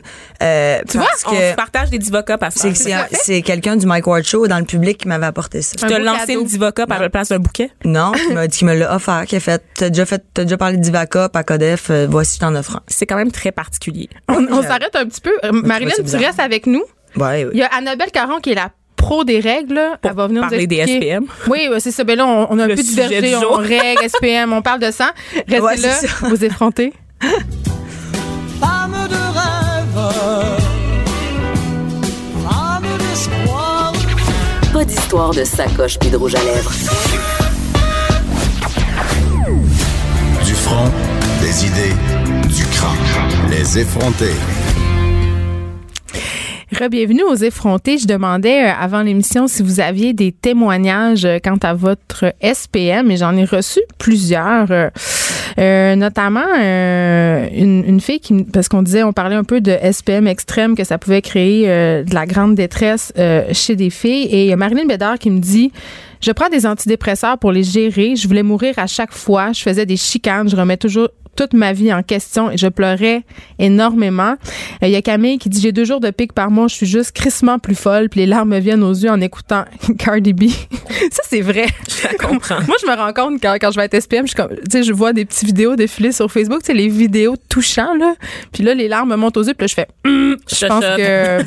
Speaker 7: euh,
Speaker 5: Tu vois,
Speaker 7: parce
Speaker 5: on
Speaker 7: que
Speaker 5: se partage des divoca parce
Speaker 7: c'est,
Speaker 5: que
Speaker 7: c'est, c'est quelqu'un du Mike Ward Show dans le public qui m'avait apporté ça.
Speaker 5: Tu as
Speaker 4: beau
Speaker 5: lancé
Speaker 4: cadeau.
Speaker 5: une divoca par la place d'un bouquet.
Speaker 7: Non, qui m'a dit qu'il me l'a offert, qui a fait, t'as déjà fait, t'as déjà parlé d'Ivaca, à Codef, euh, voici, je t'en offre un.
Speaker 5: C'est quand même très particulier.
Speaker 4: on on s'arrête un petit peu. Euh, Marilyn,
Speaker 7: c'est
Speaker 4: tu
Speaker 7: bizarre.
Speaker 4: restes avec nous.
Speaker 5: Ben
Speaker 7: Ouais, oui.
Speaker 4: Il y a Annabelle Caron qui est la pro des règles. là. Elle va venir nous
Speaker 5: parler des
Speaker 4: expliquer.
Speaker 5: SPM.
Speaker 4: Oui, ouais, c'est ça. Ben là, on, on a un
Speaker 5: Le
Speaker 4: peu
Speaker 5: sujet du
Speaker 4: divergé. On
Speaker 5: jour.
Speaker 4: règle, SPM, on parle de
Speaker 5: *laughs*
Speaker 4: sang. Restez
Speaker 7: Ouais,
Speaker 4: là,
Speaker 7: c'est ça.
Speaker 4: vous effrontez.
Speaker 6: Femme de rêve, femme d'espoir.
Speaker 2: Pas d'histoire de sacoche puis de rouge à lèvres.
Speaker 3: Du front, des idées, du crâne. Les effronter.
Speaker 4: Rebienvenue aux effrontés. Je demandais euh, avant l'émission si vous aviez des témoignages euh, quant à votre SPM et j'en ai reçu plusieurs, euh, euh, notamment euh, une, une fille qui, me- parce qu'on disait, on parlait un peu de SPM extrême, que ça pouvait créer euh, de la grande détresse euh, chez des filles. Et il y a Marilyn Bédard qui me dit, je prends des antidépresseurs pour les gérer. Je voulais mourir à chaque fois. Je faisais des chicanes. Je remets toujours toute ma vie en question et je pleurais énormément. Euh, Il y a Camille qui dit j'ai deux jours de pic par mois, je suis juste crissement plus folle, puis les larmes me viennent aux yeux en écoutant *laughs* Cardi B. ça c'est vrai. *laughs* Je
Speaker 5: comprends.
Speaker 4: Moi je me rends compte quand, quand je vais être SPM, je suis comme tu sais je vois des petites vidéos défiler sur Facebook, tu sais les vidéos touchants là, puis là les larmes me montent aux yeux, puis là je fais je pense que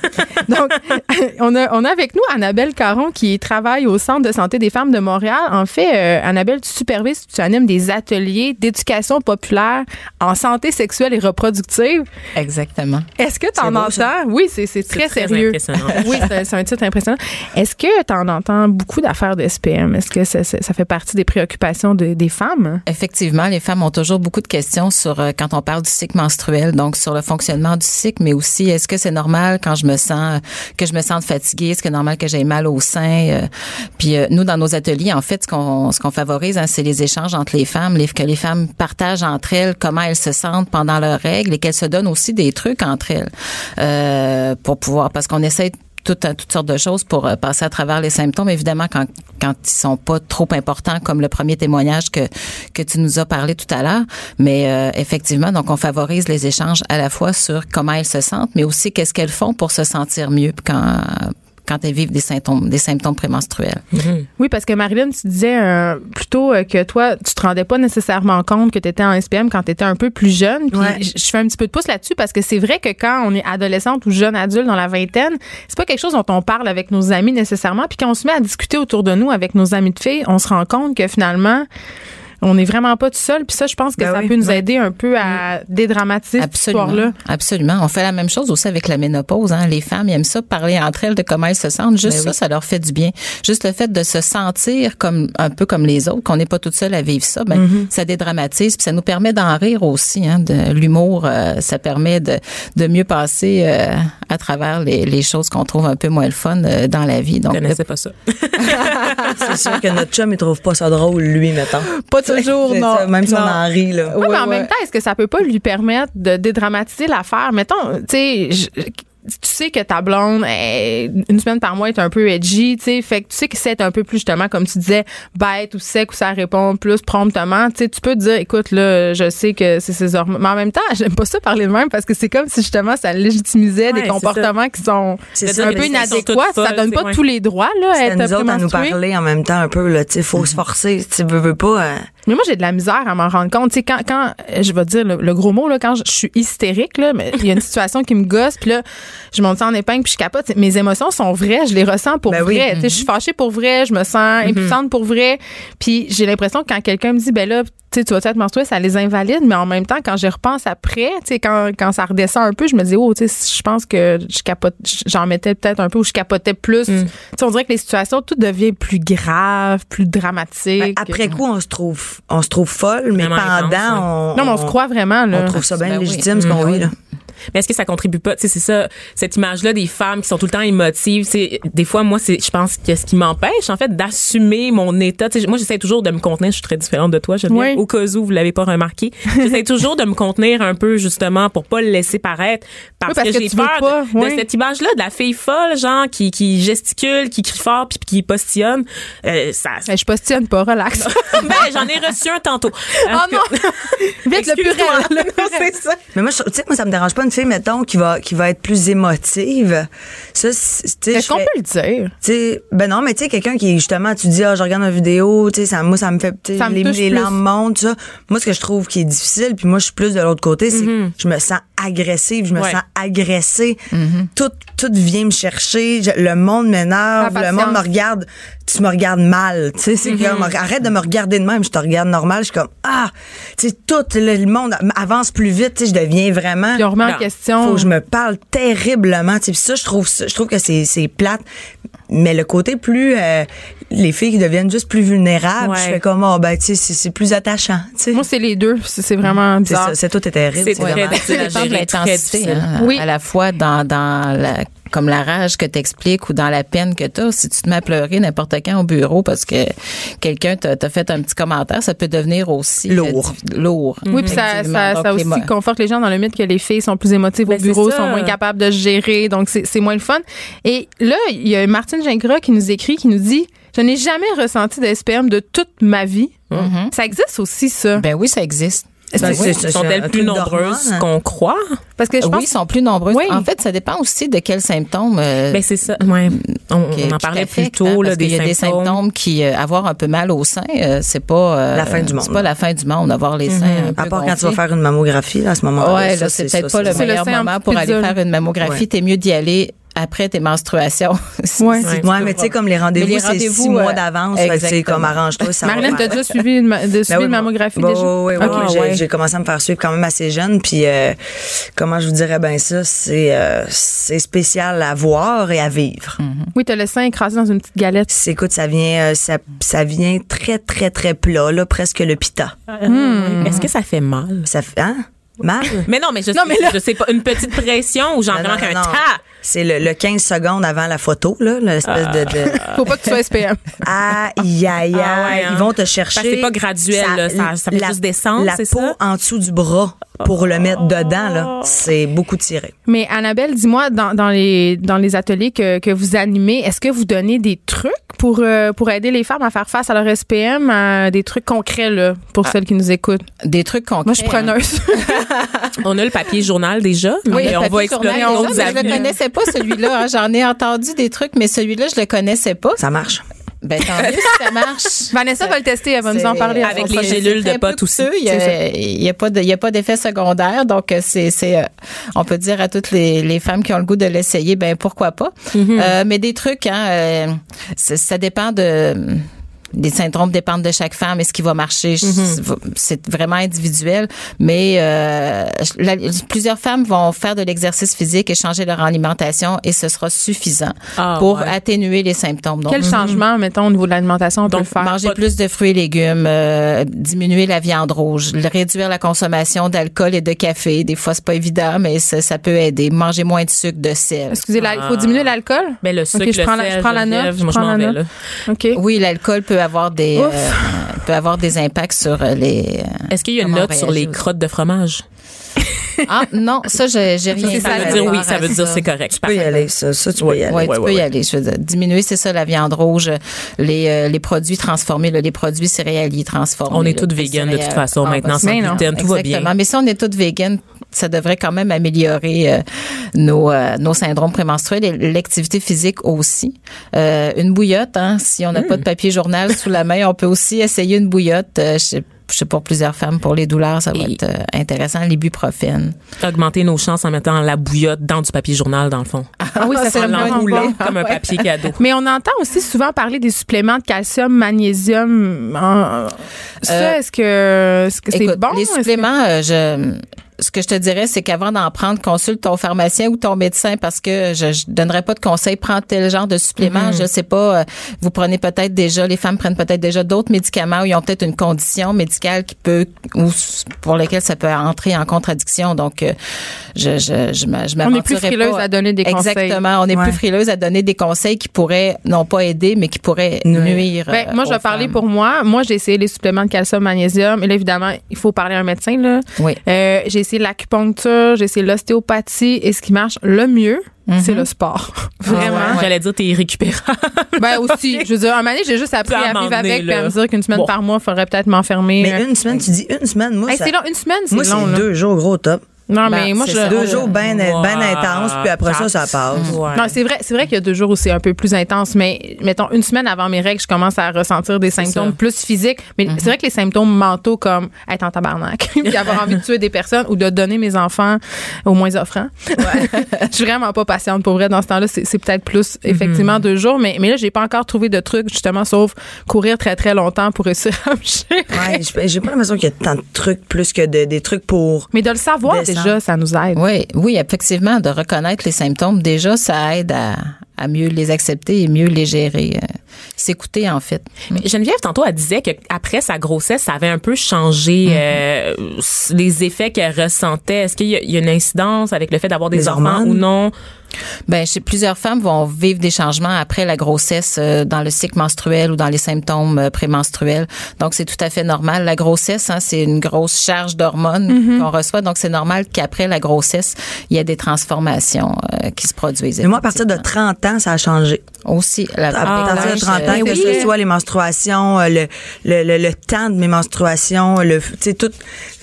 Speaker 4: donc *laughs* on a on a avec nous Annabelle Caron qui travaille au centre de santé des femmes de Montréal. En fait, euh, Annabelle, tu supervises, tu animes des ateliers d'éducation populaire en santé sexuelle et reproductive.
Speaker 8: Exactement.
Speaker 4: Est-ce que tu en
Speaker 7: beau,
Speaker 4: entends
Speaker 7: ça.
Speaker 4: Oui, c'est c'est très,
Speaker 5: très
Speaker 4: sérieux.
Speaker 5: impressionnant.
Speaker 4: oui, c'est c'est un titre impressionnant. Est-ce que tu en entends beaucoup d'affaires de SPM Est-ce que ça, ça- ça fait partie des préoccupations de- des femmes
Speaker 8: Effectivement, les femmes ont toujours beaucoup de questions sur euh, quand on parle du cycle menstruel, donc sur le fonctionnement du cycle, mais aussi est-ce que c'est normal quand je me sens que je me sente fatiguée, est-ce que c'est normal que j'ai mal au sein. euh, puis euh, nous dans nos ateliers, en fait, ce qu'on ce qu'on favorise, hein, c'est les échanges entre les femmes, les, que les femmes partagent entre elles comment elles se sentent pendant leurs règles et qu'elles se donnent aussi des trucs entre elles euh, pour pouvoir parce qu'on essaie tout un- toutes sortes de choses pour euh, passer à travers les symptômes. Évidemment, quand, quand ils sont pas trop importants, comme le premier témoignage que, que tu nous as parlé tout à l'heure. Mais euh, effectivement, donc on favorise les échanges à la fois sur comment elles se sentent, mais aussi qu'est-ce qu'elles font pour se sentir mieux quand quand elles vivent des symptômes, des symptômes prémenstruels.
Speaker 4: Oui, parce que Marilyn, tu disais euh, plutôt euh, que toi, tu te rendais pas nécessairement compte que tu étais en SPM quand tu étais un peu plus jeune. Puis
Speaker 7: Ouais.
Speaker 4: j- je fais un petit peu de pouce là-dessus parce que c'est vrai que quand on est adolescente ou jeune adulte dans la vingtaine, c'est pas quelque chose dont on parle avec nos amis nécessairement. Puis quand on se met à discuter autour de nous avec nos amis de filles, on se rend compte que finalement, on n'est vraiment pas tout seul. Puis ça, je pense que
Speaker 7: Ben
Speaker 4: ça
Speaker 7: oui, Mm.
Speaker 4: peut nous aider un peu à dédramatiser cette histoire-là.
Speaker 8: Absolument. Absolument. On fait la même chose aussi avec la ménopause. Hein. Les femmes, ils aiment ça, parler entre elles de comment elles se sentent.
Speaker 7: Ben
Speaker 8: Juste ça, ça leur fait du bien. Juste le fait de se sentir comme un peu comme les autres, qu'on n'est pas toute seule à vivre ça, ben,
Speaker 7: Mm-hmm.
Speaker 8: ça dédramatise. Puis ça nous permet d'en rire aussi. Hein, de, l'humour, euh, ça permet de, de mieux passer euh, à travers les, les choses qu'on trouve un peu moins le fun euh, dans la vie. Donc,
Speaker 5: Je connaissais pas ça.
Speaker 7: C'est sûr que notre chum, il trouve pas ça drôle, lui, mettons.
Speaker 4: Pas *laughs* toujours
Speaker 7: C'est
Speaker 4: non.
Speaker 7: ça, même si on
Speaker 4: Non.
Speaker 7: en rit, là.
Speaker 4: Ouais,
Speaker 5: Ouais,
Speaker 4: mais en
Speaker 5: ouais.
Speaker 4: même temps, est-ce que ça peut pas lui permettre de dédramatiser l'affaire? Mettons, tu sais, je- tu sais que ta blonde, eh, une semaine par mois, est un peu edgy, tu sais, fait que tu sais que c'est un peu plus, justement, comme tu disais, bête ou sec, ou ça répond plus promptement, tu sais, tu peux te dire, écoute, là, je sais que c'est ses hormones. Mais en même temps, *laughs* j'aime pas ça parler de même parce que c'est comme si, justement, ça légitimisait
Speaker 5: Ouais,
Speaker 4: des
Speaker 5: c'est
Speaker 4: comportements qui sont
Speaker 7: C'est ça,
Speaker 4: un
Speaker 7: que
Speaker 4: peu
Speaker 7: les filles
Speaker 5: sont toutes
Speaker 4: inadéquats. Ça
Speaker 5: folles,
Speaker 4: donne pas
Speaker 5: c'est-
Speaker 4: tous les droits, là, à
Speaker 7: C'est à
Speaker 4: être
Speaker 7: nous autres à nous
Speaker 4: prémenstruée.
Speaker 7: parler en même temps un peu, là. Tu sais, faut
Speaker 4: Mm.
Speaker 7: se forcer. Tu veux, veux pas. hein.
Speaker 4: Mais moi, j'ai de la misère à m'en rendre compte. Tu sais, quand, quand euh, je vais dire le, le gros mot, là, quand je, je suis hystérique, là, mais il y a une situation qui me gosse, puis là, je monte ça en épingle, puis je capote. C'est- Mes émotions sont vraies, je les ressens pour
Speaker 7: Ben oui. Mm-hmm.
Speaker 4: vrai. Tu sais, Je suis fâchée pour vrai, je me sens impuissante pour vrai. Puis j'ai l'impression que quand quelqu'un me dit, ben là, tu sais, tu vas être menstruée, ça les invalide, mais en même temps, quand j'y repense après, tu sais, quand, quand ça redescend un peu, je me dis, oh, tu sais, je pense que je capote, j'en mettais peut-être un peu ou je capotais plus.
Speaker 7: Mm.
Speaker 4: Tu sais, on dirait que les situations, tout devient plus grave, plus
Speaker 7: Ben,
Speaker 4: dramatique.
Speaker 7: Après coup, on se trouve, on se trouve folle, mais
Speaker 5: Vraiment intense, ouais.
Speaker 7: pendant, on.
Speaker 4: Non, mais on se croit vraiment, là. Mm-hmm.
Speaker 7: On trouve ça bien
Speaker 8: *laughs* Ben oui.
Speaker 7: légitime, ce qu'on
Speaker 8: Ben
Speaker 7: vit, là.
Speaker 5: Mais est-ce que ça contribue pas, tu sais, c'est ça, cette image-là des femmes qui sont tout le temps émotives, tu sais, des fois, moi, c'est, je pense que ce qui m'empêche, en fait, d'assumer mon état, tu sais, moi, j'essaie toujours de me contenir, je suis très différente de toi, je
Speaker 4: Oui.
Speaker 5: au cas où vous l'avez
Speaker 4: *laughs*
Speaker 5: pas remarqué, j'essaie toujours de me contenir un peu, justement, pour pas le laisser paraître, parce,
Speaker 4: Oui, parce que
Speaker 5: j'ai
Speaker 4: tu veux
Speaker 5: peur de-
Speaker 4: pas,
Speaker 5: de,
Speaker 4: oui.
Speaker 5: cette image-là, de la fille folle, genre, qui, qui gesticule, qui crie fort, puis qui postillonne, Euh, ça...
Speaker 4: Ben, je postillonne pas, relax.
Speaker 5: ben, j'en ai reçu un tantôt.
Speaker 4: oh non! Vite, le purée.
Speaker 5: Excuse-moi.
Speaker 4: *laughs* Le purée.
Speaker 5: c'est ça.
Speaker 7: Mais moi, je- tu sais, moi, ça me dérange pas une fille, mettons, qui va, qui va être plus émotive. Ça, c'est- tu sais, je
Speaker 4: Est-ce qu'on
Speaker 7: fais-
Speaker 4: peut le dire?
Speaker 7: tu sais, ben non, mais tu sais, quelqu'un qui, justement, tu dis, ah, je regarde ma vidéo, tu sais, ça, moi, ça me fait, tu sais,
Speaker 4: Ça me
Speaker 7: les,
Speaker 4: touche
Speaker 7: les
Speaker 4: plus.
Speaker 7: larmes montent, ça. Moi, ce que je trouve qui est difficile, puis moi, je suis plus de l'autre côté, c'est
Speaker 4: Mm-hmm.
Speaker 7: que je me sens agressive, je me
Speaker 5: Ouais.
Speaker 7: sens agressée. Tout, tout vient me chercher, je- le monde m'énerve,
Speaker 4: La
Speaker 7: le monde me
Speaker 4: patience. Mm-hmm.
Speaker 7: regarde, tu me regardes mal, tu sais, c'est comme, arrête de me regarder de même, je te regarde normal, je suis comme, ah, tu sais, tout le, le monde avance plus vite, tu sais, je deviens vraiment
Speaker 4: Puis on remet
Speaker 5: Non.
Speaker 4: en question.
Speaker 7: faut que je me parle terriblement. Tu sais, puis ça, je trouve, ça- je trouve que c'est, c'est plate. Mais le côté plus, euh, les filles qui deviennent juste plus vulnérables,
Speaker 5: Ouais.
Speaker 7: je fais comme, oh, ben, tu sais, c'est, c'est plus attachant. Tu sais.
Speaker 4: Moi, c'est les deux. C'est c'est vraiment
Speaker 7: c'est
Speaker 4: bizarre.
Speaker 7: ça, c'est tout est terrible.
Speaker 5: C'est
Speaker 7: c'est
Speaker 5: très
Speaker 7: vraiment-
Speaker 5: difficile.
Speaker 8: Ça dépend de
Speaker 5: gérer, très
Speaker 8: l'intensité,
Speaker 5: difficile.
Speaker 8: hein,
Speaker 4: Oui.
Speaker 8: à la fois dans, dans la, comme la rage que t'expliques ou dans la peine que t'as. Si tu te mets à pleurer n'importe quand au bureau parce que quelqu'un t'a t'a fait un petit commentaire, ça peut devenir aussi
Speaker 7: Lourd.
Speaker 8: euh, di- lourd.
Speaker 4: Oui, puis ça,
Speaker 8: Effectivement.
Speaker 4: ça,
Speaker 8: Donc,
Speaker 4: ça
Speaker 8: les mo-
Speaker 4: aussi conforte les gens dans le mythe que les filles sont plus émotives
Speaker 5: Ben,
Speaker 4: au bureau,
Speaker 5: c'est ça.
Speaker 4: sont moins capables de se gérer, donc c'est c'est moins le fun. Et là, il y a Martine Gingras qui nous écrit, qui nous dit « Je n'ai jamais ressenti de SPM de toute ma vie. Ça existe aussi, ça.
Speaker 8: Ben oui, ça existe.
Speaker 7: Ben, c'est- c'est- c'est
Speaker 5: Sont-elles
Speaker 7: un
Speaker 5: plus
Speaker 7: truc
Speaker 5: nombreuses
Speaker 7: d'hormones, hein.
Speaker 5: qu'on croit?
Speaker 4: Parce que je pense
Speaker 8: oui, ils sont plus nombreux.
Speaker 4: Oui.
Speaker 8: En fait, ça dépend aussi de quels symptômes. euh,
Speaker 5: Ben c'est ça. Ouais. On, on
Speaker 8: que-
Speaker 5: en
Speaker 8: qui
Speaker 5: parlait plus
Speaker 8: t'affectent,
Speaker 5: tôt
Speaker 8: hein,
Speaker 5: là,
Speaker 8: parce
Speaker 5: des,
Speaker 8: qu'il y a
Speaker 5: symptômes.
Speaker 8: des symptômes qui euh, avoir un peu mal au sein, euh, c'est pas euh,
Speaker 7: La fin du monde.
Speaker 8: C'est pas la fin du monde d'avoir les seins. un
Speaker 7: À
Speaker 8: peu
Speaker 7: part quand tu vas
Speaker 8: gonflés.
Speaker 7: faire une mammographie, là, à ce moment-là.
Speaker 8: Ouais,
Speaker 7: ça,
Speaker 8: là, c'est
Speaker 7: ça,
Speaker 8: peut-être
Speaker 7: ça,
Speaker 8: pas le
Speaker 7: c'est-
Speaker 4: le
Speaker 8: meilleur
Speaker 4: sein en
Speaker 8: moment pour aller
Speaker 4: pitbull.
Speaker 8: faire une mammographie.
Speaker 7: Ouais.
Speaker 8: T'es mieux d'y aller après tes menstruations. *laughs* Si-
Speaker 4: Ouais.
Speaker 8: si-
Speaker 5: Ouais.
Speaker 7: Ouais, mais tu sais, comme les rendez-vous,
Speaker 8: Mais les
Speaker 7: c'est six
Speaker 8: rendez-vous,
Speaker 7: mois
Speaker 8: euh,
Speaker 7: d'avance. fait que C'est
Speaker 8: exactement.
Speaker 7: comme arrange-toi. ça va
Speaker 4: Marlène,
Speaker 7: faire.
Speaker 4: t'as déjà suivi une, ma- de, suivi
Speaker 7: Ben oui,
Speaker 4: une
Speaker 7: moi-
Speaker 4: mammographie
Speaker 7: bah,
Speaker 4: déjà?
Speaker 7: Oui, oui, oui.
Speaker 5: Ah,
Speaker 7: Moi, j'ai-
Speaker 5: ouais.
Speaker 7: J'ai commencé à me faire suivre quand même assez jeune. Puis, euh, comment je vous dirais bien ça, c'est euh, c'est spécial à voir et à vivre.
Speaker 4: Oui, t'as le sein écrasé dans une petite galette.
Speaker 7: C'est- Écoute, ça vient, euh, ça, ça vient très, très, très plat, là, presque le pita.
Speaker 5: Euh, Est-ce que ça fait mal?
Speaker 7: Ça fait, hein? Mal?
Speaker 5: Mais non, mais je,
Speaker 4: Non,
Speaker 5: sais,
Speaker 4: mais là-
Speaker 5: je sais pas. Une petite pression ou genre
Speaker 7: Non,
Speaker 5: vraiment
Speaker 7: non,
Speaker 5: qu'un
Speaker 7: non, non.
Speaker 5: tas.
Speaker 7: C'est le, le 15 secondes avant la photo, là, l'espèce de, de-
Speaker 4: Faut pas que tu sois SPM.
Speaker 7: Aïe, aïe, aïe.
Speaker 5: Ah ouais, hein.
Speaker 7: Ils vont te
Speaker 5: Parce que
Speaker 7: chercher.
Speaker 5: c'est pas graduel, là. Ça- ça fait juste descendre,
Speaker 7: La peau
Speaker 5: c'est ça?
Speaker 7: en dessous du bras pour le mettre dedans, là, c'est beaucoup tiré.
Speaker 4: *laughs* Mais Annabelle, dis-moi, dans, dans, les, dans les ateliers que, que vous animez, est-ce que vous donnez des trucs pour, euh, pour aider les femmes à faire face à leur SPM, euh, des trucs concrets là, pour celles qui nous écoutent?
Speaker 8: Des trucs concrets.
Speaker 4: Moi, je suis
Speaker 8: hein.
Speaker 4: preneuse.
Speaker 5: On a le papier journal déjà, mais
Speaker 8: le
Speaker 5: on va
Speaker 8: papier
Speaker 5: explorer
Speaker 8: journal,
Speaker 5: d'autres
Speaker 8: déjà, mais Je le
Speaker 5: avenues.
Speaker 8: connaissais pas celui-là. hein. J'en ai entendu des trucs, mais celui-là, je le connaissais pas.
Speaker 7: Ça marche.
Speaker 8: Ben tant mieux si ça marche.
Speaker 4: *laughs* Vanessa va le tester, elle va nous en
Speaker 8: C'est-
Speaker 4: parler.
Speaker 5: Avec
Speaker 4: On
Speaker 5: les
Speaker 4: sera-
Speaker 5: gélules de
Speaker 8: c'est très
Speaker 5: potes
Speaker 8: peu
Speaker 5: aussi.
Speaker 8: coûteux. Il y
Speaker 5: C'est
Speaker 8: a- il y a, pas de- il y a pas d'effet secondaire. Donc, euh, c'est, c'est, euh, on peut dire à toutes les, les femmes qui ont le goût de l'essayer, ben pourquoi pas.
Speaker 5: Mhm.
Speaker 8: Euh, mais des trucs, hein, euh, c'est- ça dépend de... Les syndromes dépendent de chaque femme et ce qui va
Speaker 5: Mhm.
Speaker 8: marcher, c'est vraiment individuel. Mais euh, la- plusieurs femmes vont faire de l'exercice physique et changer leur alimentation et ce sera suffisant
Speaker 5: Ah,
Speaker 8: pour
Speaker 5: ouais.
Speaker 8: atténuer les symptômes. Donc,
Speaker 4: Quel changement, mettons, au niveau de l'alimentation, on peut le faire?
Speaker 8: Manger plus de fruits et légumes, euh, diminuer la viande rouge, le- réduire la consommation d'alcool et de café. Des fois, c'est pas évident, mais ça, ça peut aider. Manger moins de sucre, de sel.
Speaker 4: Excusez, il faut
Speaker 5: Ah.
Speaker 4: diminuer l'alcool?
Speaker 5: Mais le sucre,
Speaker 4: Ok, je
Speaker 5: le
Speaker 4: prends la-
Speaker 5: sel,
Speaker 4: je prends la note,
Speaker 5: Geneviève,
Speaker 4: je
Speaker 5: moi, je
Speaker 4: prends
Speaker 5: m'en
Speaker 4: la
Speaker 5: vais,
Speaker 4: note.
Speaker 5: là.
Speaker 4: OK.
Speaker 8: Oui, l'alcool peut avoir des
Speaker 4: Ouf.
Speaker 8: euh, peut avoir des impacts sur euh, les. euh,
Speaker 5: Est-ce qu'il y a une
Speaker 8: comment on
Speaker 5: note sur
Speaker 8: réagit
Speaker 5: les
Speaker 8: aux-
Speaker 5: crottes de fromage?
Speaker 8: Ah non, ça, j'ai j'ai rien.
Speaker 5: Ça
Speaker 8: par
Speaker 5: veut dire
Speaker 8: rapport
Speaker 5: oui,
Speaker 8: à
Speaker 5: ça veut dire c'est correct.
Speaker 7: Tu peux y aller, ça. Ça, tu peux y aller.
Speaker 8: Oui, tu
Speaker 5: Ouais,
Speaker 8: peux
Speaker 5: ouais,
Speaker 8: y
Speaker 5: ouais.
Speaker 8: aller. Je veux dire, diminuer, c'est ça, la viande rouge, les, euh, les produits transformés, là, les produits céréaliers transformés.
Speaker 5: On est
Speaker 8: là,
Speaker 5: toutes
Speaker 8: les
Speaker 5: vegan de toute
Speaker 8: céréales.
Speaker 5: façon,
Speaker 8: Ah,
Speaker 5: maintenant,
Speaker 8: bah,
Speaker 5: sans
Speaker 4: ben non.
Speaker 5: gluten, tout va bien.
Speaker 8: Exactement. Mais si on est toutes véganes, ça devrait quand même améliorer euh, nos, euh, nos syndromes prémenstruels et l'activité physique aussi. Euh, une bouillotte, hein, si on n'a
Speaker 5: Hmm.
Speaker 8: pas de papier journal sous la main, on peut aussi essayer une bouillotte. Euh, je sais- je sais pour plusieurs femmes, pour les douleurs, ça va
Speaker 5: Et-
Speaker 8: être euh, intéressant, l'ibuprofène.
Speaker 5: Augmenter nos chances en mettant la bouillotte dans du papier journal, dans le fond.
Speaker 4: Ah oui, ça,
Speaker 5: En
Speaker 4: c'est vraiment
Speaker 5: l'enroulant
Speaker 4: bon.
Speaker 5: comme un papier cadeau.
Speaker 4: Mais on entend aussi souvent parler des suppléments de calcium, magnésium. en-
Speaker 8: Euh,
Speaker 4: Ça, est-ce que est-ce que c'est
Speaker 8: Écoute,
Speaker 4: bon?
Speaker 8: Les
Speaker 4: Est-ce que-
Speaker 8: suppléments, euh, je ce que je te dirais, c'est qu'avant d'en prendre, consulte ton pharmacien ou ton médecin parce que je ne donnerais pas de conseils. Prends tel genre de supplément.
Speaker 4: Mm-hmm.
Speaker 8: Je sais pas, euh, vous prenez peut-être déjà, les femmes prennent peut-être déjà d'autres médicaments ou ils ont peut-être une condition médicale qui peut, ou s- pour laquelle ça peut entrer en contradiction. Donc, euh, je, je, je, m'a- je
Speaker 4: On est
Speaker 8: m'aventurerais
Speaker 4: plus frileuse
Speaker 8: pas-
Speaker 4: à donner des conseils.
Speaker 8: Exactement. On est
Speaker 7: Ouais.
Speaker 8: plus frileuse à donner des conseils qui pourraient, non pas aider, mais qui pourraient nuire.
Speaker 4: Ben,
Speaker 8: euh,
Speaker 4: moi, je
Speaker 8: aux
Speaker 4: vais parler
Speaker 8: femmes.
Speaker 4: pour moi. Moi, j'ai essayé les suppléments de calcium, magnésium. Et là, évidemment, il faut parler à un médecin. Là.
Speaker 8: Oui.
Speaker 4: Euh, j'ai essayé l'acupuncture, j'ai essayé l'ostéopathie. Et ce qui marche le mieux, c'est le sport. *laughs* Vraiment.
Speaker 8: ouais, ouais.
Speaker 5: J'allais dire, t'es irrécupérable.
Speaker 4: Ben aussi,
Speaker 5: *laughs*
Speaker 4: je veux dire, un moment donné, j'ai juste appris
Speaker 5: Ça, à un
Speaker 4: à
Speaker 5: moment
Speaker 4: vivre
Speaker 5: donné,
Speaker 4: avec puis
Speaker 5: là.
Speaker 4: à me dire qu'une semaine
Speaker 5: Bon.
Speaker 4: par mois, il faudrait peut-être m'enfermer.
Speaker 7: Mais
Speaker 4: Euh,
Speaker 7: une semaine, tu dis une semaine. Moi,
Speaker 4: hey,
Speaker 7: ça-
Speaker 4: c'est long, une semaine, c'est
Speaker 7: moi,
Speaker 4: long.
Speaker 7: c'est
Speaker 4: là.
Speaker 7: deux jours, gros top.
Speaker 5: *laughs*
Speaker 4: Non,
Speaker 8: Ben,
Speaker 4: mais moi,
Speaker 8: c'est
Speaker 4: je.
Speaker 8: ça.
Speaker 7: Deux
Speaker 8: on-
Speaker 7: jours bien ben intense, puis après ça, ça passe.
Speaker 5: Ouais.
Speaker 4: Non, c'est vrai, c'est vrai qu'il y a deux jours où c'est un peu plus intense, mais mettons une semaine avant mes règles, je commence à ressentir des symptômes
Speaker 5: ça.
Speaker 4: plus physiques. Mais c'est vrai que les symptômes mentaux comme être en tabarnak, *laughs* puis avoir envie de tuer des personnes ou de donner mes enfants aux moins offrants. *laughs* je suis vraiment pas patiente pour vrai dans ce temps-là. C'est c'est peut-être plus effectivement deux jours, mais, mais là, j'ai pas encore trouvé de truc justement sauf courir très très longtemps pour réussir à me *laughs* gérer.
Speaker 7: Ouais, j'ai- j'ai pas l'impression qu'il y a tant de trucs plus que de- des trucs pour.
Speaker 4: Mais de le savoir
Speaker 7: Descendre.
Speaker 4: déjà, ça nous aide.
Speaker 8: Oui, oui, effectivement, de reconnaître les symptômes, déjà, ça aide à, à mieux les accepter et mieux les gérer. euh, S'écouter, en fait.
Speaker 5: Mais Geneviève, tantôt, elle disait qu'après sa grossesse, ça avait un peu changé euh,
Speaker 4: Mm-hmm.
Speaker 5: s- les effets qu'elle ressentait. Est-ce qu'il y, a- il y a une incidence avec le fait d'avoir des
Speaker 7: Les
Speaker 5: enfants
Speaker 7: hormones?
Speaker 5: ou non?
Speaker 8: Ben, chez plusieurs femmes vont vivre des changements après la grossesse euh, dans le cycle menstruel ou dans les symptômes euh, prémenstruels. Donc, c'est tout à fait normal. La grossesse, hein, c'est une grosse charge d'hormones
Speaker 5: Mm-hmm.
Speaker 8: qu'on reçoit. Donc, c'est normal qu'après la grossesse, il y a des transformations euh, qui se produisent.
Speaker 7: Mais moi, à partir de 30 ans, ça a changé.
Speaker 8: Aussi, la
Speaker 7: À partir de 30 ans,
Speaker 8: euh,
Speaker 7: que ce soit les menstruations, euh, le, le, le, le temps de mes menstruations, le, tu sais, tout,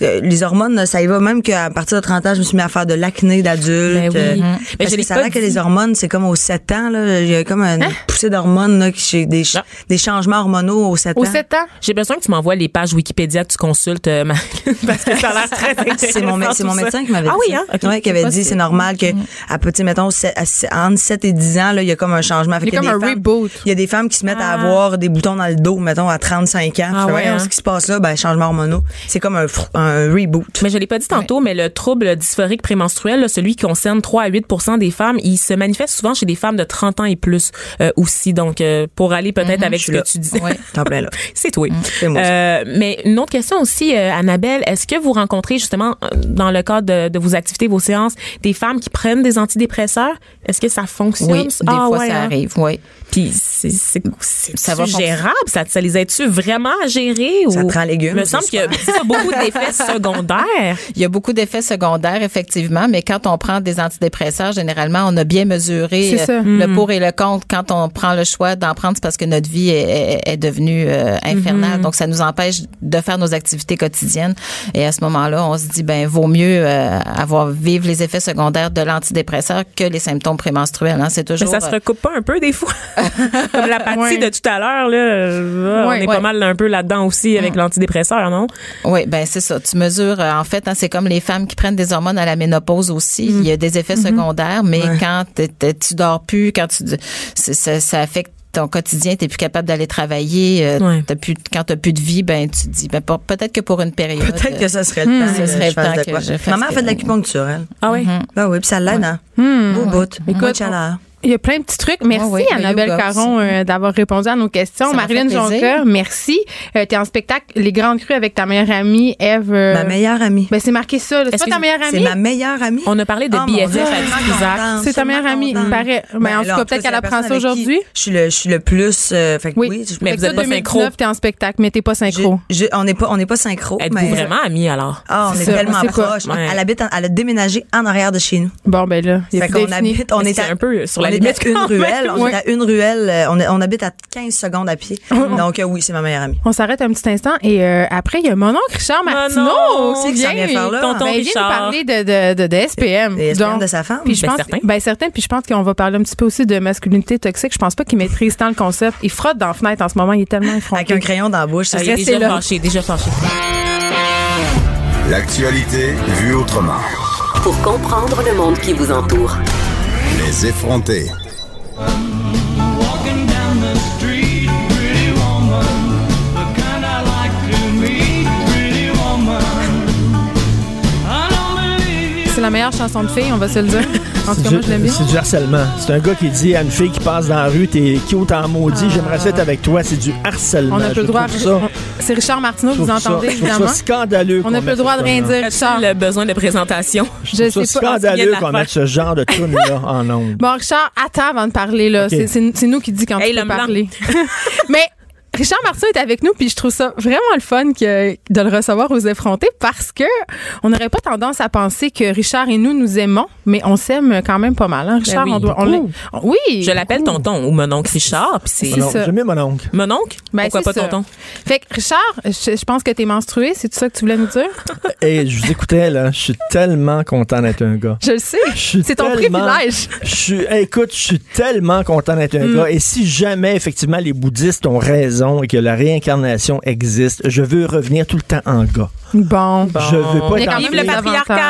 Speaker 7: euh, les hormones, là, ça y va. Même qu'à partir de 30 ans, je me suis mis à faire de l'acné
Speaker 5: Ben
Speaker 7: d'adulte.
Speaker 5: oui. Mhm. Mais
Speaker 7: euh, parce
Speaker 5: je l'ai
Speaker 7: que ça
Speaker 5: pas
Speaker 7: a l'air que
Speaker 5: dit.
Speaker 7: les hormones, c'est comme aux 7 ans, là. Il y a comme une poussée d'hormones, là, qui, j'ai des, ch-
Speaker 5: Ah.
Speaker 7: des changements hormonaux aux 7
Speaker 4: Aux
Speaker 7: ans.
Speaker 4: sept ans,
Speaker 5: J'ai besoin que tu m'envoies les pages Wikipédia que tu consultes, euh, Marie, *laughs* parce que ça a l'air très intéressant.
Speaker 7: C'est mon, mé- c'est mon
Speaker 5: tout ça.
Speaker 7: médecin qui m'avait
Speaker 5: Ah
Speaker 7: dit.
Speaker 5: oui, hein?
Speaker 7: ça.
Speaker 5: OK.
Speaker 7: Ouais, qui avait dit, c'est normal que, à petit, mettons, sept- à sept- entre 7 et 10 ans, là, il y a comme un changement. Fait
Speaker 4: Il y a
Speaker 7: qu'il
Speaker 4: comme
Speaker 7: des
Speaker 4: un
Speaker 7: femmes-
Speaker 4: reboot.
Speaker 7: Il y a des femmes qui se mettent à avoir des boutons dans le dos, mettons, à 35 ans.
Speaker 5: Ah
Speaker 7: Je fais,
Speaker 5: ouais,
Speaker 7: voyons,
Speaker 5: hein?
Speaker 7: ce qui se passe là, ben, changement hormonal. C'est comme un, fr- un reboot.
Speaker 5: Mais je l'ai pas dit tantôt, mais le trouble dysphorique prémenstruel, là, celui qui concerne 3 à 8 des femmes, il se manifeste souvent chez des femmes de 30 ans et plus euh, aussi. Donc, euh, pour aller peut-être
Speaker 8: mm-hmm, Mhm,
Speaker 5: avec ce
Speaker 7: là.
Speaker 5: que tu
Speaker 8: *laughs*
Speaker 5: disais.
Speaker 8: Ouais. Mhm.
Speaker 7: T'en plein là.
Speaker 5: *laughs* C'est toi.
Speaker 7: C'est moi, ça.
Speaker 5: Euh, mais une autre question aussi, euh, Annabelle, est-ce que vous rencontrez justement euh, dans le cadre de, de vos activités, vos séances, des femmes qui prennent des antidépresseurs? Est-ce que ça fonctionne?
Speaker 8: Oui, des
Speaker 5: Ah,
Speaker 8: fois,
Speaker 5: ouais,
Speaker 8: ça
Speaker 5: hein?
Speaker 8: arrive, oui.
Speaker 5: Puis c'est c'est- c'est-
Speaker 8: Ça va
Speaker 5: c'est gérable, ça, ça les aide-tu vraiment à gérer?
Speaker 7: Ça
Speaker 5: Euh, ou-
Speaker 7: te rend légume,
Speaker 5: Me
Speaker 7: c'est
Speaker 5: semble qu'il y a
Speaker 7: super.
Speaker 5: ça, *laughs* beaucoup d'effets secondaires.
Speaker 8: Il y a beaucoup d'effets secondaires, effectivement, mais quand on prend des antidépresseurs, généralement, on a bien mesuré
Speaker 4: C'est
Speaker 8: euh,
Speaker 4: ça.
Speaker 8: le
Speaker 5: Mm.
Speaker 8: pour et le contre. Quand on prend le choix d'en prendre, c'est parce que notre vie est, est- est devenue euh,
Speaker 5: Mm-hmm.
Speaker 8: infernale. Donc, ça nous empêche de faire nos activités quotidiennes. Et à ce moment-là, on se dit, ben, vaut mieux euh, avoir vivre les effets secondaires de l'antidépresseur que les symptômes prémenstruels. hein. C'est
Speaker 5: Mais
Speaker 8: toujours.
Speaker 5: ça se
Speaker 8: euh,
Speaker 5: recoupe pas un peu des *laughs* fois. Comme la partie
Speaker 4: Ouais.
Speaker 5: de tout à l'heure, là, euh,
Speaker 4: Ouais.
Speaker 5: on est
Speaker 4: Ouais.
Speaker 5: pas mal un peu là-dedans aussi avec l'antidépresseur, non?
Speaker 8: Oui, ben c'est ça. Tu mesures, euh, en fait, hein, c'est comme les femmes qui prennent des hormones à la ménopause aussi.
Speaker 4: Mm.
Speaker 8: Il y a des effets
Speaker 4: Mm-hmm.
Speaker 8: secondaires, mais quand t'es- t'es- tu dors plus, quand tu c'est- ça, ça affecte ton quotidien, t'es plus capable d'aller travailler, euh,
Speaker 5: Ouais.
Speaker 8: t'as plus, quand t'as plus de vie, ben tu te dis, ben pour- peut-être que pour une période.
Speaker 7: Peut-être que
Speaker 8: euh,
Speaker 7: ça serait le temps.
Speaker 8: Ce
Speaker 7: que
Speaker 8: serait
Speaker 7: je fasse
Speaker 8: le temps
Speaker 7: de
Speaker 8: que
Speaker 7: quoi.
Speaker 8: je fasse
Speaker 7: Maman a fait de
Speaker 8: que-
Speaker 7: l'acupuncture, elle. Mhm.
Speaker 5: Ah oui.
Speaker 7: Ben oui, puis ça l'aide, hein. Beau bout. Écoute. chaleur.
Speaker 4: Il y a plein de petits trucs. Merci,
Speaker 9: Ouais, ouais,
Speaker 7: ben,
Speaker 4: Annabelle
Speaker 9: le yoga
Speaker 4: Caron,
Speaker 9: aussi.
Speaker 4: euh, d'avoir répondu à nos questions.
Speaker 9: Ça m'a fait
Speaker 4: Marilyn
Speaker 9: plaisir.
Speaker 4: Jonca, merci. Euh, T'es en spectacle Les Grandes Crues avec ta meilleure amie, Eve. euh,
Speaker 7: Ma meilleure amie.
Speaker 4: Ben, c'est marqué ça. là. C'est pas
Speaker 5: Excuse-
Speaker 4: ta meilleure
Speaker 7: C'est
Speaker 4: amie?
Speaker 7: ma meilleure amie.
Speaker 5: On a parlé de
Speaker 7: Ah, mon
Speaker 5: BFF
Speaker 7: Dieu,
Speaker 5: à
Speaker 7: tellement
Speaker 5: Trisac.
Speaker 7: contente,
Speaker 4: C'est ta
Speaker 7: tellement
Speaker 4: meilleure amie, il
Speaker 7: contente.
Speaker 4: paraît. Mais en tout
Speaker 7: là,
Speaker 4: cas,
Speaker 7: tout
Speaker 4: peut-être
Speaker 7: c'est
Speaker 4: qu'elle
Speaker 7: la
Speaker 4: apprend ça
Speaker 7: personne avec qui
Speaker 4: aujourd'hui.
Speaker 7: Je suis le, je suis le plus. euh, fait que
Speaker 4: Oui.
Speaker 7: oui, je-
Speaker 4: Mais
Speaker 5: Mais
Speaker 4: vous
Speaker 5: vous êtes pas synchro.
Speaker 4: t'es en spectacle, mais t'es pas
Speaker 7: j'ai-
Speaker 4: synchro.
Speaker 7: j'ai- on n'est pas, on n'est pas synchro.
Speaker 5: Êtes-vous
Speaker 7: mais-
Speaker 5: vraiment amis alors?
Speaker 7: Ah, on
Speaker 4: C'est
Speaker 7: est,
Speaker 4: ça,
Speaker 7: tellement
Speaker 4: c'est quoi?
Speaker 7: proches.
Speaker 5: Ouais.
Speaker 7: Elle habite, en- elle a déménagé en arrière de chez nous.
Speaker 4: Bon, ben là, il y a
Speaker 7: Fait
Speaker 4: plus
Speaker 7: qu'on
Speaker 4: d'infini.
Speaker 7: habite, on
Speaker 5: Est-ce
Speaker 7: est
Speaker 5: qu'il y a
Speaker 7: à
Speaker 5: un peu sur la
Speaker 7: on est
Speaker 5: limite
Speaker 7: à une
Speaker 5: quand même?
Speaker 7: ruelle, on
Speaker 4: Ouais.
Speaker 7: est à une ruelle, euh, on, est- on habite à 15 secondes à pied. Donc euh, oui, c'est ma meilleure amie.
Speaker 4: On s'arrête un petit instant et euh, après, il y a mon oncle Richard Martineau
Speaker 5: oncle,
Speaker 4: qui
Speaker 7: c'est
Speaker 4: vient,
Speaker 7: ça vient faire là.
Speaker 4: Ben,
Speaker 5: Tonton
Speaker 4: il vient nous
Speaker 5: Richard.
Speaker 4: parler de, de, de, de SPM.
Speaker 7: Et
Speaker 4: Donc,
Speaker 7: de sa femme.
Speaker 4: Puis je
Speaker 5: Ben,
Speaker 4: pense,
Speaker 5: certains.
Speaker 4: ben certaines, puis je pense qu'on va parler un petit peu aussi de masculinité toxique. Je pense pas qu'il maîtrise tant le concept. Il frotte dans la fenêtre en ce moment, il est tellement
Speaker 7: Avec un
Speaker 4: effronté.
Speaker 7: crayon dans la bouche,
Speaker 5: Ah,
Speaker 7: c'est
Speaker 5: il est
Speaker 7: stressé.
Speaker 5: déjà
Speaker 4: là.
Speaker 5: fâché, déjà fâché.
Speaker 3: L'actualité vue autrement.
Speaker 2: Pour comprendre le monde qui vous entoure.
Speaker 3: Les effrontés.
Speaker 10: Walking down the street, pretty woman, the kind I like to meet, pretty woman. I don't believe you.
Speaker 4: C'est la meilleure chanson de fille, on va se le
Speaker 8: *laughs*
Speaker 4: dire. En tout cas, moi, je l'aime
Speaker 8: du-
Speaker 4: bien.
Speaker 8: C'est du harcèlement. C'est un gars qui dit à une fille qui passe dans la rue, t'es cute en maudit, j'aimerais ça être avec toi. C'est du harcèlement.
Speaker 4: Ah. On a
Speaker 8: Je
Speaker 4: peu le droit. à-
Speaker 8: trouve ça-
Speaker 4: C'est Richard Martineau,
Speaker 8: je
Speaker 4: vous
Speaker 8: trouve ça-
Speaker 4: entendez,
Speaker 8: je trouve ça
Speaker 4: évidemment.
Speaker 8: scandaleux.
Speaker 4: On
Speaker 8: qu'on
Speaker 4: a peu le
Speaker 8: mette
Speaker 4: droit
Speaker 8: ce
Speaker 4: de rien
Speaker 8: genre-
Speaker 4: dire, Richard.
Speaker 5: As-tu le besoin de présentation?
Speaker 4: Je sais
Speaker 8: C'est
Speaker 4: pas.
Speaker 5: il y a de
Speaker 8: scandaleux
Speaker 5: la
Speaker 8: qu'on
Speaker 5: fin.
Speaker 8: mette ce genre de tourne-là en ondes.
Speaker 4: Bon, Richard, attends avant de parler, là.
Speaker 8: Ok.
Speaker 4: C'est- C'est c'est nous qui dit quand
Speaker 5: Hey,
Speaker 4: tu peux
Speaker 5: l'homme blanc. *laughs*
Speaker 4: parler. *laughs* Mais Richard Marceau est avec nous, puis je trouve ça vraiment le fun que, de le recevoir aux effrontés parce que on n'aurait pas tendance à penser que Richard et nous nous aimons, mais on s'aime quand même pas mal. Hein, Richard,
Speaker 5: Ben oui,
Speaker 4: on doit. On
Speaker 5: beaucoup.
Speaker 4: l'est- oui.
Speaker 5: Je l'appelle tonton ou mon oncle Richard, puis c'est...
Speaker 4: C'est
Speaker 8: Mon oncle.
Speaker 4: ça.
Speaker 8: J'aime mieux mon oncle.
Speaker 5: Mon oncle?
Speaker 4: Ben,
Speaker 5: Pourquoi
Speaker 4: c'est
Speaker 5: pas
Speaker 4: ça.
Speaker 5: tonton?
Speaker 4: Fait que Richard, je, je pense que t'es menstrué, c'est tout ça que tu voulais nous dire?
Speaker 8: Et je vous écoutais, là. Je suis tellement content d'être un gars.
Speaker 4: Je le sais.
Speaker 8: Je suis
Speaker 4: C'est ton
Speaker 8: tellement-
Speaker 4: privilège.
Speaker 8: Je suis, hey, écoute, je suis tellement content d'être un gars. Et si jamais, effectivement, les bouddhistes ont raison et que la réincarnation existe, je veux revenir tout le temps en gars.
Speaker 4: Bon.
Speaker 8: Je veux pas
Speaker 4: Il y
Speaker 8: être
Speaker 4: a
Speaker 8: en
Speaker 4: quand
Speaker 5: Vive
Speaker 4: même
Speaker 5: le
Speaker 8: fille.
Speaker 4: des
Speaker 5: patriarcat!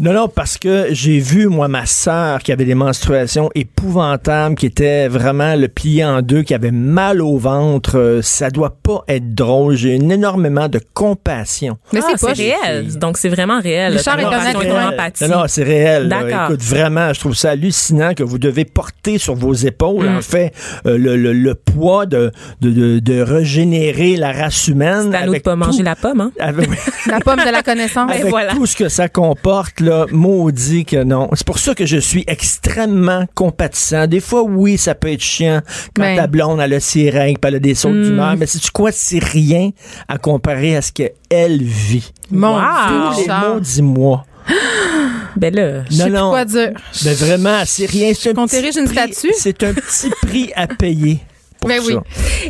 Speaker 8: Non, non, parce que j'ai vu, moi, ma sœur qui avait des menstruations épouvantables, qui était vraiment le plié en deux, qui avait mal au ventre. Euh, ça doit pas être drôle. J'ai une- énormément de compassion.
Speaker 4: Mais
Speaker 5: Ah,
Speaker 4: c'est pas
Speaker 5: réel. Donc, c'est vraiment réel.
Speaker 4: Richard est
Speaker 5: Ton
Speaker 8: Non,
Speaker 4: honnête
Speaker 5: relation
Speaker 4: avec
Speaker 8: c'est
Speaker 5: et
Speaker 4: moi.
Speaker 5: ton
Speaker 8: réel.
Speaker 5: empathie.
Speaker 8: Non, non, c'est réel. là.
Speaker 5: D'accord.
Speaker 8: Écoute, vraiment, je trouve ça hallucinant que vous devez porter sur vos épaules, en fait, euh, le, le- le poids de, de, de- de régénérer la race humaine.
Speaker 5: C'est à nous de
Speaker 8: avec
Speaker 5: pas manger
Speaker 8: tout-
Speaker 5: la pomme, hein?
Speaker 8: avec-
Speaker 4: La pomme de la
Speaker 5: *laughs*
Speaker 4: connaissance.
Speaker 8: avec
Speaker 5: voilà.
Speaker 8: tout ce que ça comporte, là, maudit que non. C'est pour ça que je suis extrêmement compatissant. Des fois, oui, ça peut être chiant quand
Speaker 4: Ben. Hmm.
Speaker 8: ta blonde, elle a ses règles, puis elle a des sauts d'humeur, mais si tu quoi, c'est rien à comparer à ce qu'elle vit.
Speaker 4: Mon
Speaker 5: Wow.
Speaker 4: Dieu,
Speaker 5: Tous
Speaker 8: Les
Speaker 4: Richard.
Speaker 8: maudits mois.
Speaker 5: Ben là,
Speaker 4: Je sais
Speaker 8: Non,
Speaker 4: plus
Speaker 8: non.
Speaker 4: quoi dire.
Speaker 8: Mais vraiment, c'est rien. C'est un
Speaker 4: Qu'on
Speaker 8: petit
Speaker 4: t'érige une
Speaker 8: prix-
Speaker 4: statue?
Speaker 8: C'est un petit prix à payer. Pour
Speaker 4: Ben
Speaker 8: ça.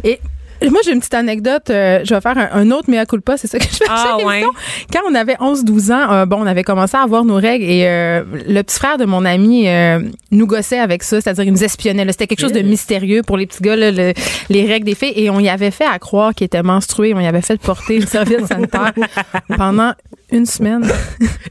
Speaker 4: oui. Et moi, j'ai une petite anecdote. euh, je vais faire un, un autre mea culpa. C'est ça que je fais à
Speaker 5: Ah,
Speaker 4: chaque
Speaker 5: ouais.
Speaker 4: émission. Quand on avait 11-12 ans, euh, bon, on avait commencé à avoir nos règles et euh, le petit frère de mon ami euh, nous gossait avec ça, c'est-à-dire il nous espionnait. là. C'était quelque chose de mystérieux pour les petits gars, là, le- les règles des filles. Et on y avait fait à croire qu'il était menstrué. On y avait fait porter *laughs* une serviette sanitaire pendant une semaine.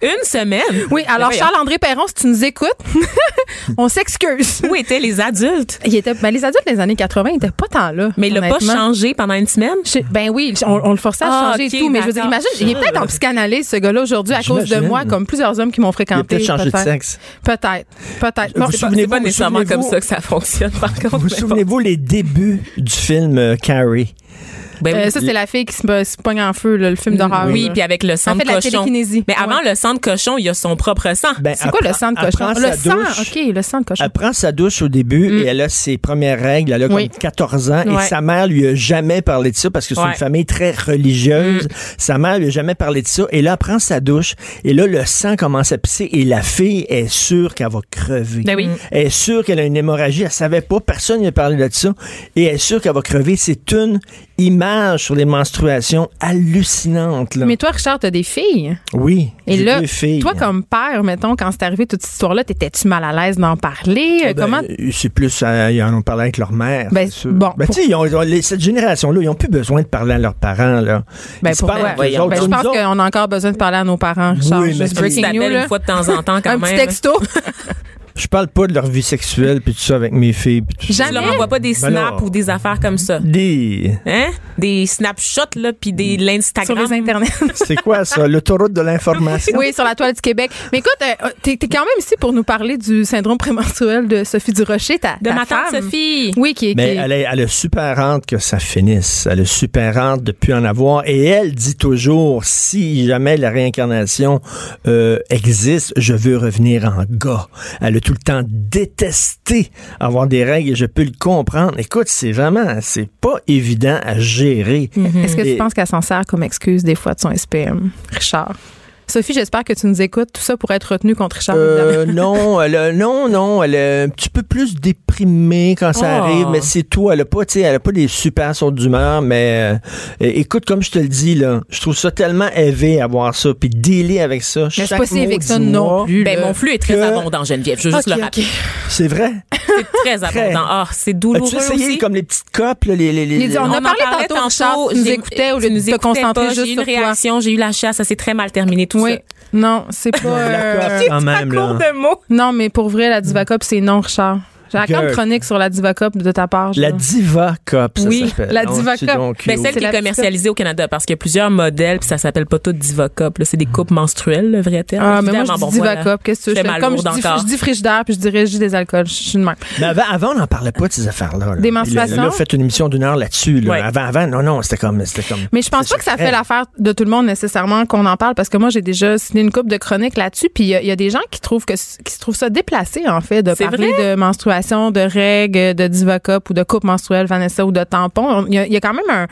Speaker 5: une semaine?
Speaker 4: Oui, alors
Speaker 5: voyons.
Speaker 4: Charles-André Perron, si tu nous écoutes, *laughs* on s'excuse.
Speaker 5: Où étaient les adultes?
Speaker 4: Il était, ben, les adultes des années 80 n'étaient pas tant là.
Speaker 5: Mais il l'a pas
Speaker 4: honnêtement.
Speaker 5: changé pendant une semaine?
Speaker 4: Je- ben oui, on, on le forçait à
Speaker 5: Ah,
Speaker 4: changer
Speaker 5: ok,
Speaker 4: et tout, mais je veux dire,
Speaker 5: d'accord.
Speaker 4: imagine, il est peut-être en psychanalyse, ce gars-là, aujourd'hui, à cause de
Speaker 8: J'imagine.
Speaker 4: moi, comme plusieurs hommes qui m'ont
Speaker 8: Il a
Speaker 4: fréquenté.
Speaker 8: peut-être changé de
Speaker 4: peut-être.
Speaker 8: sexe.
Speaker 4: Peut-être, peut-être. Bon,
Speaker 8: Vous
Speaker 4: c'est pas-
Speaker 8: souvenez-
Speaker 5: C'est pas
Speaker 8: vous
Speaker 5: nécessairement comme
Speaker 8: souvenez-vous-
Speaker 5: ça que ça fonctionne, par contre.
Speaker 8: Vous vous
Speaker 5: mais bon.
Speaker 8: souvenez-vous les débuts du film euh, Carrie?
Speaker 5: Ben oui.
Speaker 4: euh, ça, c'est la fille qui se, se pogne en feu, là, le film d'horreur.
Speaker 5: Oui,
Speaker 4: là.
Speaker 5: puis avec le sang
Speaker 4: En fait,
Speaker 5: de
Speaker 4: la
Speaker 5: cochon.
Speaker 4: télékinésie.
Speaker 5: Mais avant le sang de cochon, il y a son propre sang.
Speaker 8: Ben,
Speaker 4: C'est quoi
Speaker 8: elle
Speaker 4: le sang de
Speaker 8: prend- elle
Speaker 4: cochon?
Speaker 8: prend
Speaker 4: Le
Speaker 8: sa
Speaker 4: sang,
Speaker 8: douche.
Speaker 4: OK, le sang de cochon.
Speaker 8: Elle prend sa douche au début
Speaker 5: Mm.
Speaker 8: et elle a ses premières règles. Elle a
Speaker 4: Oui.
Speaker 8: comme 14 ans
Speaker 4: Ouais.
Speaker 8: et sa mère lui a jamais parlé de ça parce que c'est
Speaker 5: Ouais.
Speaker 8: une famille très religieuse. Sa mère lui a jamais parlé de ça. Et là, elle prend sa douche et là, le sang commence à pisser et la fille est sûre qu'elle va crever.
Speaker 5: Ben oui.
Speaker 8: Elle est sûre qu'elle a une hémorragie. Elle savait pas. Personne lui a parlé de ça. Et elle est sûre qu'elle va crever. C'est une image sur les menstruations hallucinante. Là.
Speaker 4: Mais toi, Richard, t'as des filles.
Speaker 8: oui.
Speaker 4: Et
Speaker 8: j'ai
Speaker 4: là,
Speaker 8: deux filles.
Speaker 4: toi, comme père, mettons, quand c'est arrivé toute cette histoire-là, t'étais-tu mal à l'aise d'en parler?
Speaker 8: Eh ben,
Speaker 4: Comment?
Speaker 8: euh, C'est plus, euh, ils en ont parlé avec leur mère.
Speaker 4: Ben,
Speaker 8: c'est sûr.
Speaker 4: bon,
Speaker 8: Ben,
Speaker 4: pour-
Speaker 8: tu sais, ils ont- ils ont- les- cette génération-là, ils n'ont plus besoin de parler à leurs parents, là.
Speaker 4: Ben,
Speaker 8: Ils se
Speaker 4: pour
Speaker 8: parlent
Speaker 4: vrai.
Speaker 8: avec eux
Speaker 4: Ben,
Speaker 8: autres.
Speaker 4: je
Speaker 8: Nous
Speaker 4: pense
Speaker 8: autres,
Speaker 4: qu'on a encore besoin de parler à nos parents, Richard.
Speaker 8: Oui, mais
Speaker 4: Juste
Speaker 8: c'est-
Speaker 4: breaking
Speaker 5: Tu
Speaker 4: news,
Speaker 5: t'appelles
Speaker 4: là.
Speaker 5: *laughs* une fois de temps en temps quand
Speaker 4: Un
Speaker 5: même.
Speaker 4: petit texto.
Speaker 8: Je parle pas de leur vie sexuelle puis tout ça avec mes filles puis tout ça.
Speaker 5: Je leur envoie pas des
Speaker 8: Ben
Speaker 5: snaps
Speaker 8: là.
Speaker 5: ou des affaires comme ça.
Speaker 8: Des-
Speaker 5: Hein? Des snapshots, là, puis
Speaker 8: Mm.
Speaker 5: des
Speaker 4: sur
Speaker 5: l'Instagram.
Speaker 4: les
Speaker 8: *laughs*
Speaker 4: internets.
Speaker 8: C'est
Speaker 4: *laughs*
Speaker 8: quoi ça? L'autoroute de l'information?
Speaker 4: oui, sur la toile du Québec. Mais écoute, euh, t'es t'es quand même ici pour nous parler du syndrome prémenstruel de Sophie Durocher, ta,
Speaker 5: De
Speaker 4: ta
Speaker 5: ma tante
Speaker 4: femme.
Speaker 5: Sophie.
Speaker 4: Oui, qui est.
Speaker 8: Mais
Speaker 4: qui est-
Speaker 8: elle, est, elle est super hâte que ça finisse. Elle est super hâte de plus en avoir. Et elle dit toujours, si jamais la réincarnation euh, existe, je veux revenir en gars. Elle a tout le temps détesté avoir des règles et je peux le comprendre. Écoute, c'est vraiment, c'est pas évident à gérer.
Speaker 4: Est-ce que tu
Speaker 8: Et-
Speaker 4: penses qu'elle s'en sert comme excuse des fois de son SPM, Richard? Sophie, j'espère que tu nous écoutes. Tout ça pour être retenu contre Richard. évidemment.
Speaker 8: Euh, non, elle a- non, non, elle est un petit peu plus déprimée quand ça
Speaker 5: Oh.
Speaker 8: arrive, mais c'est tout. Elle a pas, tu sais, elle a pas des super sauts d'humeur, mais euh, é- écoute, comme je te le dis là, je trouve ça tellement élevé à voir ça, puis dealer avec ça.
Speaker 4: Mais je suis
Speaker 8: chaque
Speaker 4: pas si avec
Speaker 8: maudit
Speaker 4: ça
Speaker 8: mois.
Speaker 4: non plus.
Speaker 5: Ben,
Speaker 4: là.
Speaker 5: mon flux est très
Speaker 8: que-
Speaker 5: abondant, Geneviève. Je veux juste
Speaker 4: Ok,
Speaker 5: le rappeler.
Speaker 4: ok.
Speaker 8: C'est vrai.
Speaker 5: C'est très abondant. Ah, c'est douloureux
Speaker 8: As-tu essayé
Speaker 5: aussi.
Speaker 8: comme les petites copes, là, les, les, les-
Speaker 4: Il dit, on
Speaker 5: On
Speaker 4: a
Speaker 5: en
Speaker 4: parlé
Speaker 5: parlait
Speaker 4: tantôt, Richard, tu nous
Speaker 5: J'ai-
Speaker 4: écoutais au
Speaker 5: tu
Speaker 4: lieu de
Speaker 5: nous
Speaker 4: te
Speaker 5: écoutais
Speaker 4: concentrer
Speaker 5: pas.
Speaker 4: juste
Speaker 5: J'ai eu une
Speaker 4: sur toi.
Speaker 5: réaction, j'ai eu la chasse, ça s'est très mal terminé tout
Speaker 4: Oui.
Speaker 5: ça.
Speaker 4: Non, c'est
Speaker 8: *laughs*
Speaker 4: pas. euh,
Speaker 8: quand même, là.
Speaker 5: de mots.
Speaker 4: Non, mais pour vrai, la Divacop, c'est non, Richard. J'ai encore une
Speaker 8: Gueule.
Speaker 4: chronique sur la Divacop de ta part. je
Speaker 8: La
Speaker 4: crois.
Speaker 8: diva cop, ça
Speaker 4: Oui,
Speaker 8: s'appelle.
Speaker 4: la
Speaker 8: Oh,
Speaker 4: Diva
Speaker 8: c'est
Speaker 4: Cup.
Speaker 8: donc
Speaker 5: Ben,
Speaker 8: cute.
Speaker 4: C'est
Speaker 5: celle qui
Speaker 4: la
Speaker 5: est
Speaker 4: petite
Speaker 5: commercialisée au Canada parce qu'il y a plusieurs modèles puis ça s'appelle pas tout Divacop. là. C'est des coupes menstruelles, le vrai terme.
Speaker 4: Ah, mais moi, je
Speaker 5: Évidemment,
Speaker 4: dis
Speaker 5: bon,
Speaker 4: Divacop.
Speaker 5: voilà.
Speaker 4: Qu'est-ce que tu
Speaker 5: Je
Speaker 4: veux?
Speaker 5: fais ma
Speaker 4: Comme je
Speaker 5: lourde
Speaker 4: dis,
Speaker 5: encore.
Speaker 4: je dis frigidaire, puis je dis régie des alcools. Je suis une même.
Speaker 8: Mais avant, avant, on n'en parlait pas de ces affaires-là. là.
Speaker 4: Des menstruations?
Speaker 8: Là, on a fait une émission d'une heure là-dessus. là.
Speaker 5: Ouais.
Speaker 8: Avant, avant, non, non, c'était comme, c'était comme.
Speaker 4: Mais je pense
Speaker 8: c'est
Speaker 4: pas que ça
Speaker 8: secret.
Speaker 4: fait l'affaire de tout le monde nécessairement qu'on en parle parce que moi j'ai déjà signé une coupe de chroniques là-dessus puis il y, a- il y a des gens qui trouvent que qui se trouvent ça déplacé en fait de
Speaker 5: C'est
Speaker 4: parler de menstruation, de règles, de divacop ou de coupe menstruelle Vanessa ou de tampon. On- Il y, a- il y a quand même un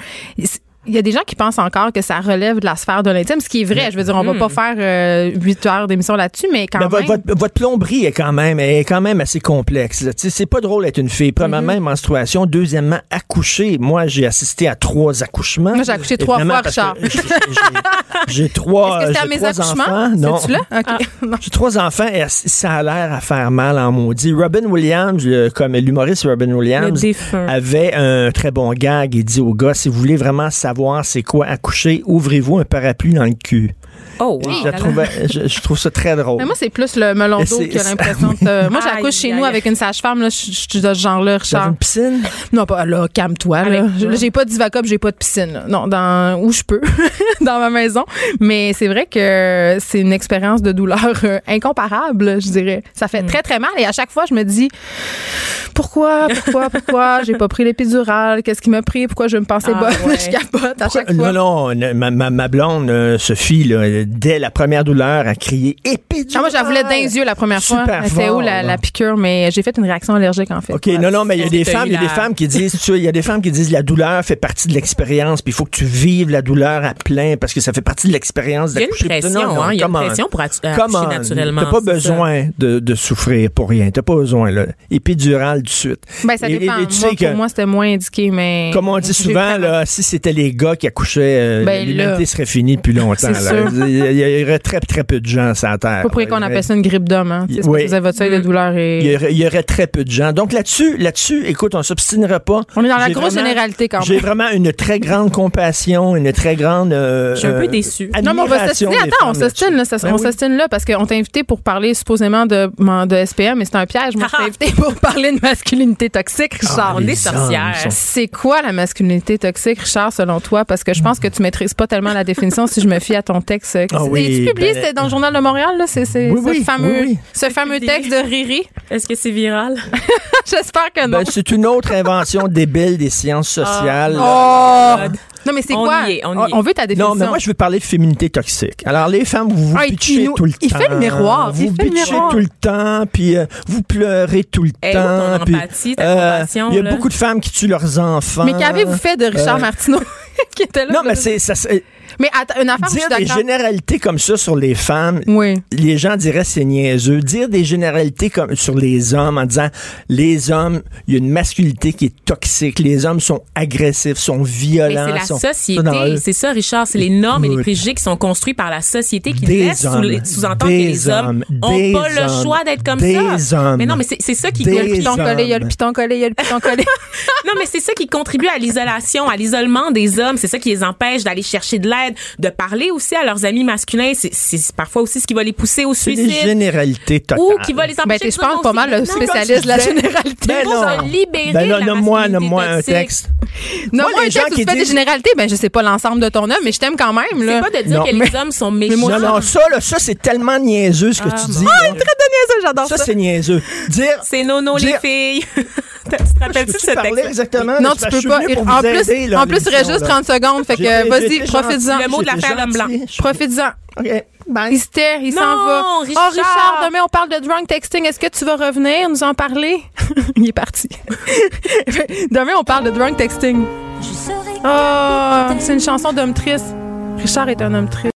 Speaker 4: il y a des gens qui pensent encore que ça relève de la sphère de l'intime, ce qui est vrai. Je veux dire, on va pas faire euh, huit heures d'émission là-dessus, mais quand
Speaker 8: hmm. Mais vo-
Speaker 4: même.
Speaker 8: votre, votre plomberie est quand même est quand même assez complexe. là. Tu sais, C'est pas drôle d'être une fille.
Speaker 4: Mhm.
Speaker 8: Premièrement, menstruation. Deuxièmement, accoucher. Moi, j'ai assisté à trois accouchements.
Speaker 4: Moi, j'ai accouché trois
Speaker 8: Évidemment,
Speaker 4: fois,
Speaker 8: parce que
Speaker 4: Richard.
Speaker 8: j'ai- j'ai- J'ai trois.
Speaker 4: Est-ce que c'était à
Speaker 8: j'ai
Speaker 4: mes
Speaker 8: trois
Speaker 4: accouchements?
Speaker 8: enfants. Non. Ah.
Speaker 4: C'est-tu là? OK. *laughs* Non.
Speaker 8: J'ai trois enfants et ça a l'air à faire mal en maudit. Robin Williams, le- comme l'humoriste Robin
Speaker 5: Le
Speaker 8: Williams,
Speaker 5: défunt.
Speaker 8: avait un très bon gag. Il dit aux gars, si vous voulez vraiment savoir c'est quoi accoucher, ouvrez-vous un parapluie dans le cul.
Speaker 5: Oh, wow.
Speaker 8: Je, la trouvais- je- je trouve ça très drôle.
Speaker 4: Mais moi, c'est plus le melon
Speaker 8: Et
Speaker 4: d'eau
Speaker 8: c'est-
Speaker 4: qui a
Speaker 8: c'est-
Speaker 4: l'impression de.
Speaker 8: *laughs*
Speaker 4: te- Moi, j'accouche
Speaker 5: Aïe,
Speaker 4: chez nous
Speaker 5: aïe.
Speaker 4: avec une sage-femme, là. Je je- je suis de ce genre-là,
Speaker 8: Dans
Speaker 4: Richard.
Speaker 8: une piscine?
Speaker 4: Non, pas là, calme-toi. Là,
Speaker 5: Avec
Speaker 4: Je- là, j'ai pas de divacop, j'ai pas de piscine. là. Non, dans où je peux, *laughs* dans ma maison. Mais c'est vrai que c'est une expérience de douleur euh, incomparable, je dirais. Ça
Speaker 8: Mm.
Speaker 4: fait très très mal et à chaque fois je me dis pourquoi, pourquoi, pourquoi *laughs* j'ai pas pris l'épidurale, qu'est-ce qui m'a pris, pourquoi je me pensais
Speaker 5: Ah,
Speaker 4: bonne, *laughs*
Speaker 5: ouais.
Speaker 4: je capote à chaque
Speaker 8: Non,
Speaker 4: fois.
Speaker 8: non, ne- ma, ma- ma blonde, euh, Sophie, là, euh, dès la première douleur, a crié
Speaker 4: Ah,
Speaker 8: épidurale.
Speaker 4: moi, j'en voulais d'un yeux la première fois.
Speaker 8: Super
Speaker 4: C'était où
Speaker 8: fort,
Speaker 4: la,
Speaker 8: là.
Speaker 4: la piqûre, mais j'ai fait une réaction allergique, en fait.
Speaker 8: OK,
Speaker 4: Ouais.
Speaker 8: non, non, mais il y a
Speaker 5: c'est-
Speaker 8: des
Speaker 5: t'as
Speaker 8: femmes,
Speaker 5: eu
Speaker 8: il y a des
Speaker 5: la-
Speaker 8: femmes qui disent, tu vois, il y a des femmes qui disent la douleur fait partie de l'expérience, puis il faut que tu vives la douleur à plein parce que ça fait partie de l'expérience
Speaker 5: Il y a une
Speaker 8: d'accoucher.
Speaker 5: pression,
Speaker 8: Non, non,
Speaker 5: hein, il y a une
Speaker 8: come on.
Speaker 5: pression pour actu-
Speaker 8: Come
Speaker 5: accoucher
Speaker 8: on.
Speaker 5: naturellement,
Speaker 8: T'as pas
Speaker 5: c'est ça.
Speaker 8: besoin de, de souffrir pour rien. T'as pas besoin, là. Épidurale, tout de suite.
Speaker 4: Ben, ça
Speaker 8: Et- et-
Speaker 4: dépend.
Speaker 8: et tu
Speaker 4: Moi,
Speaker 8: sais que-
Speaker 4: pour moi, c'était moins indiqué, mais.
Speaker 8: Comme on dit
Speaker 4: J'ai
Speaker 8: souvent,
Speaker 4: vraiment-
Speaker 8: là, si c'était les gars qui accouchaient, euh,
Speaker 4: Ben, là.
Speaker 8: l'humanité serait finie depuis longtemps.
Speaker 4: C'est
Speaker 8: là.
Speaker 4: sûr.
Speaker 8: Il y- il y aurait très, très peu de gens sur la Terre.
Speaker 4: Pas pour rien qu'on
Speaker 8: Il y aurait-
Speaker 4: appelle ça une grippe d'homme, hein. C'est parce
Speaker 8: Oui. Mm.
Speaker 4: que vous avez votre seuil de douleur
Speaker 8: Il y,
Speaker 4: et.
Speaker 8: aurait, il y aurait très peu de gens. Donc là-dessus, là-dessus, écoute, on s'obstinera pas.
Speaker 4: On est dans la
Speaker 8: J'ai
Speaker 4: grosse
Speaker 8: vraiment-
Speaker 4: généralité quand
Speaker 8: J'ai
Speaker 4: même.
Speaker 8: vraiment une très grande compassion, une très grande. euh,
Speaker 5: Je suis un
Speaker 8: euh,
Speaker 5: peu déçue.
Speaker 4: Ah, Non, mais on va s'ostiner.
Speaker 8: admiration des
Speaker 4: Attends, on
Speaker 8: femmes là-dessus.
Speaker 4: s'ostine, là. ça-
Speaker 8: Ben
Speaker 4: on
Speaker 8: oui.
Speaker 4: s'ostine là parce qu'on t'a invité pour parler supposément de, man- de SPM, mais c'est un piège. Moi, je
Speaker 8: *laughs*
Speaker 4: t'ai invité pour parler de masculinité toxique, Richard.
Speaker 5: On
Speaker 8: Ah, les
Speaker 5: est sorcières.
Speaker 8: hommes sont-
Speaker 4: C'est quoi la masculinité toxique, Richard, selon toi? Parce que je pense que tu maîtrises pas tellement la définition si je me fie à ton texte.
Speaker 8: Ah oui,
Speaker 4: tu publié
Speaker 8: ben-
Speaker 4: c'était dans le Journal de Montréal, là? C'est, c'est
Speaker 8: Oui,
Speaker 4: ce
Speaker 8: oui,
Speaker 4: fameux,
Speaker 8: oui, oui.
Speaker 4: ce fameux texte de Riri. *laughs*
Speaker 5: Est-ce que c'est viral?
Speaker 4: J'espère que non.
Speaker 8: Ben, c'est une
Speaker 4: *laughs*
Speaker 8: autre invention débile des sciences sociales.
Speaker 4: Ah, Oh! Non, mais c'est
Speaker 5: On
Speaker 4: quoi?
Speaker 5: y est, Ah, on y est.
Speaker 4: veut ta définition.
Speaker 8: Non, mais moi, je veux parler de féminité toxique. Alors, les femmes, vous vous
Speaker 4: Ah, il
Speaker 8: bitchez
Speaker 4: nous-
Speaker 8: tout le
Speaker 4: il
Speaker 8: temps.
Speaker 4: fait le miroir, il
Speaker 8: Vous
Speaker 4: fait le
Speaker 8: bitchez
Speaker 4: miroir. oh,
Speaker 8: tout le temps, puis euh, vous pleurez tout le
Speaker 5: Eh,
Speaker 8: temps.
Speaker 5: ton
Speaker 8: puis,
Speaker 5: empathie, ta
Speaker 8: euh,
Speaker 5: compassion,
Speaker 8: Il y a
Speaker 5: là.
Speaker 8: beaucoup de femmes qui tuent leurs enfants.
Speaker 4: Mais qu'avez-vous fait de Richard
Speaker 8: Euh,
Speaker 4: Martineau *laughs* qui était là?
Speaker 8: Non, mais c'est, ça, c'est-
Speaker 4: Mais attends, une affaire, où je suis
Speaker 8: dire des
Speaker 4: d'accord.
Speaker 8: généralités comme ça sur les femmes,
Speaker 4: Oui.
Speaker 8: les gens diraient c'est niaiseux. Dire des généralités comme sur les hommes en disant les hommes, il y a une masculinité qui est toxique. Les hommes sont agressifs, sont
Speaker 5: Mais
Speaker 8: violents.
Speaker 5: c'est la
Speaker 8: sont- sont dans
Speaker 5: société.
Speaker 8: eux.
Speaker 5: C'est ça, Richard. C'est les normes et les
Speaker 8: Écoute.
Speaker 5: préjugés qui sont construits par la société qui
Speaker 8: Des
Speaker 5: laissent sous-
Speaker 8: hommes.
Speaker 5: sous-entendre que
Speaker 8: Des
Speaker 5: les hommes
Speaker 8: hommes.
Speaker 5: n'ont
Speaker 8: Des
Speaker 5: pas le
Speaker 8: hommes.
Speaker 5: choix d'être comme
Speaker 8: Des
Speaker 5: ça.
Speaker 8: hommes.
Speaker 5: Mais non, mais c'est c'est ça qui
Speaker 8: Des
Speaker 4: Il y a le piton
Speaker 8: hommes.
Speaker 4: collé, il y a le piton collé, il y a le piton
Speaker 5: *laughs*
Speaker 4: collé.
Speaker 5: Non, mais c'est ça qui contribue à l'isolation, à l'isolement des hommes. C'est ça qui les empêche d'aller chercher de l'aide, d'aide, de parler aussi à leurs amis masculins. C'est- C'est parfois aussi ce qui va les pousser au
Speaker 8: C'est des
Speaker 5: suicide.
Speaker 8: généralités totales.
Speaker 5: Ou qui va les
Speaker 4: Ben,
Speaker 5: empêcher
Speaker 4: t'es,
Speaker 5: de
Speaker 4: je
Speaker 5: dire
Speaker 4: pense
Speaker 5: non,
Speaker 4: pas
Speaker 5: c'est
Speaker 4: mal le
Speaker 5: maintenant, comme
Speaker 4: spécialiste
Speaker 5: je
Speaker 4: de la
Speaker 5: disais.
Speaker 4: généralité.
Speaker 8: Ben
Speaker 5: Il faut
Speaker 8: non.
Speaker 5: se libérer
Speaker 8: Ben
Speaker 5: de
Speaker 8: là,
Speaker 5: la
Speaker 8: nomme-moi,
Speaker 5: masculinité
Speaker 8: nomme-moi un
Speaker 5: toxique.
Speaker 8: texte.
Speaker 4: Non,
Speaker 8: Moi,
Speaker 4: moi,
Speaker 8: les
Speaker 4: un
Speaker 8: gens
Speaker 4: texte où
Speaker 8: qui
Speaker 4: tu fais des
Speaker 8: disent-
Speaker 4: généralités, ben je sais pas l'ensemble de ton œuvre, mais je t'aime quand même.
Speaker 5: C'est
Speaker 4: Là.
Speaker 5: pas de dire
Speaker 8: Non,
Speaker 5: que
Speaker 8: mais-
Speaker 5: les hommes sont méchants.
Speaker 8: Non, non, ça, là, ça, c'est tellement niaiseux ce que
Speaker 5: Ah,
Speaker 8: tu dis. là.
Speaker 4: ça, j'adore
Speaker 8: ça, c'est niaiseux. Dire.
Speaker 5: C'est nono les
Speaker 8: Dire-
Speaker 5: filles. *laughs* tu te
Speaker 8: Je
Speaker 5: rappelles-tu de
Speaker 8: peux-tu
Speaker 5: ce
Speaker 8: parler
Speaker 5: texte?
Speaker 8: exactement?
Speaker 4: Non, tu
Speaker 8: Parce que je
Speaker 4: peux
Speaker 8: suis
Speaker 4: pas.
Speaker 8: venu pour
Speaker 4: En
Speaker 8: vous
Speaker 4: plus,
Speaker 8: aider, là,
Speaker 4: en plus, il reste
Speaker 8: l'émission,
Speaker 4: juste
Speaker 8: là.
Speaker 4: 30 secondes. Fait
Speaker 8: J'ai
Speaker 4: que
Speaker 8: été- j'ai
Speaker 4: vas-y,
Speaker 8: été
Speaker 4: profite-en.
Speaker 8: gentil,
Speaker 5: Le mot de
Speaker 8: j'ai été
Speaker 5: l'affaire d'homme
Speaker 8: gentil.
Speaker 5: blanc.
Speaker 8: Je-
Speaker 4: Profite-en.
Speaker 8: OK, bye.
Speaker 4: Il se terre, il
Speaker 5: Non,
Speaker 4: s'en va.
Speaker 5: Richard.
Speaker 4: Oh, Richard, demain, on parle de drunk texting. Est-ce que tu vas revenir nous en parler? *laughs* il est parti. *laughs* demain, on parle de Ah, drunk texting. Oh, c'est une chanson d'homme triste. Richard est un homme triste.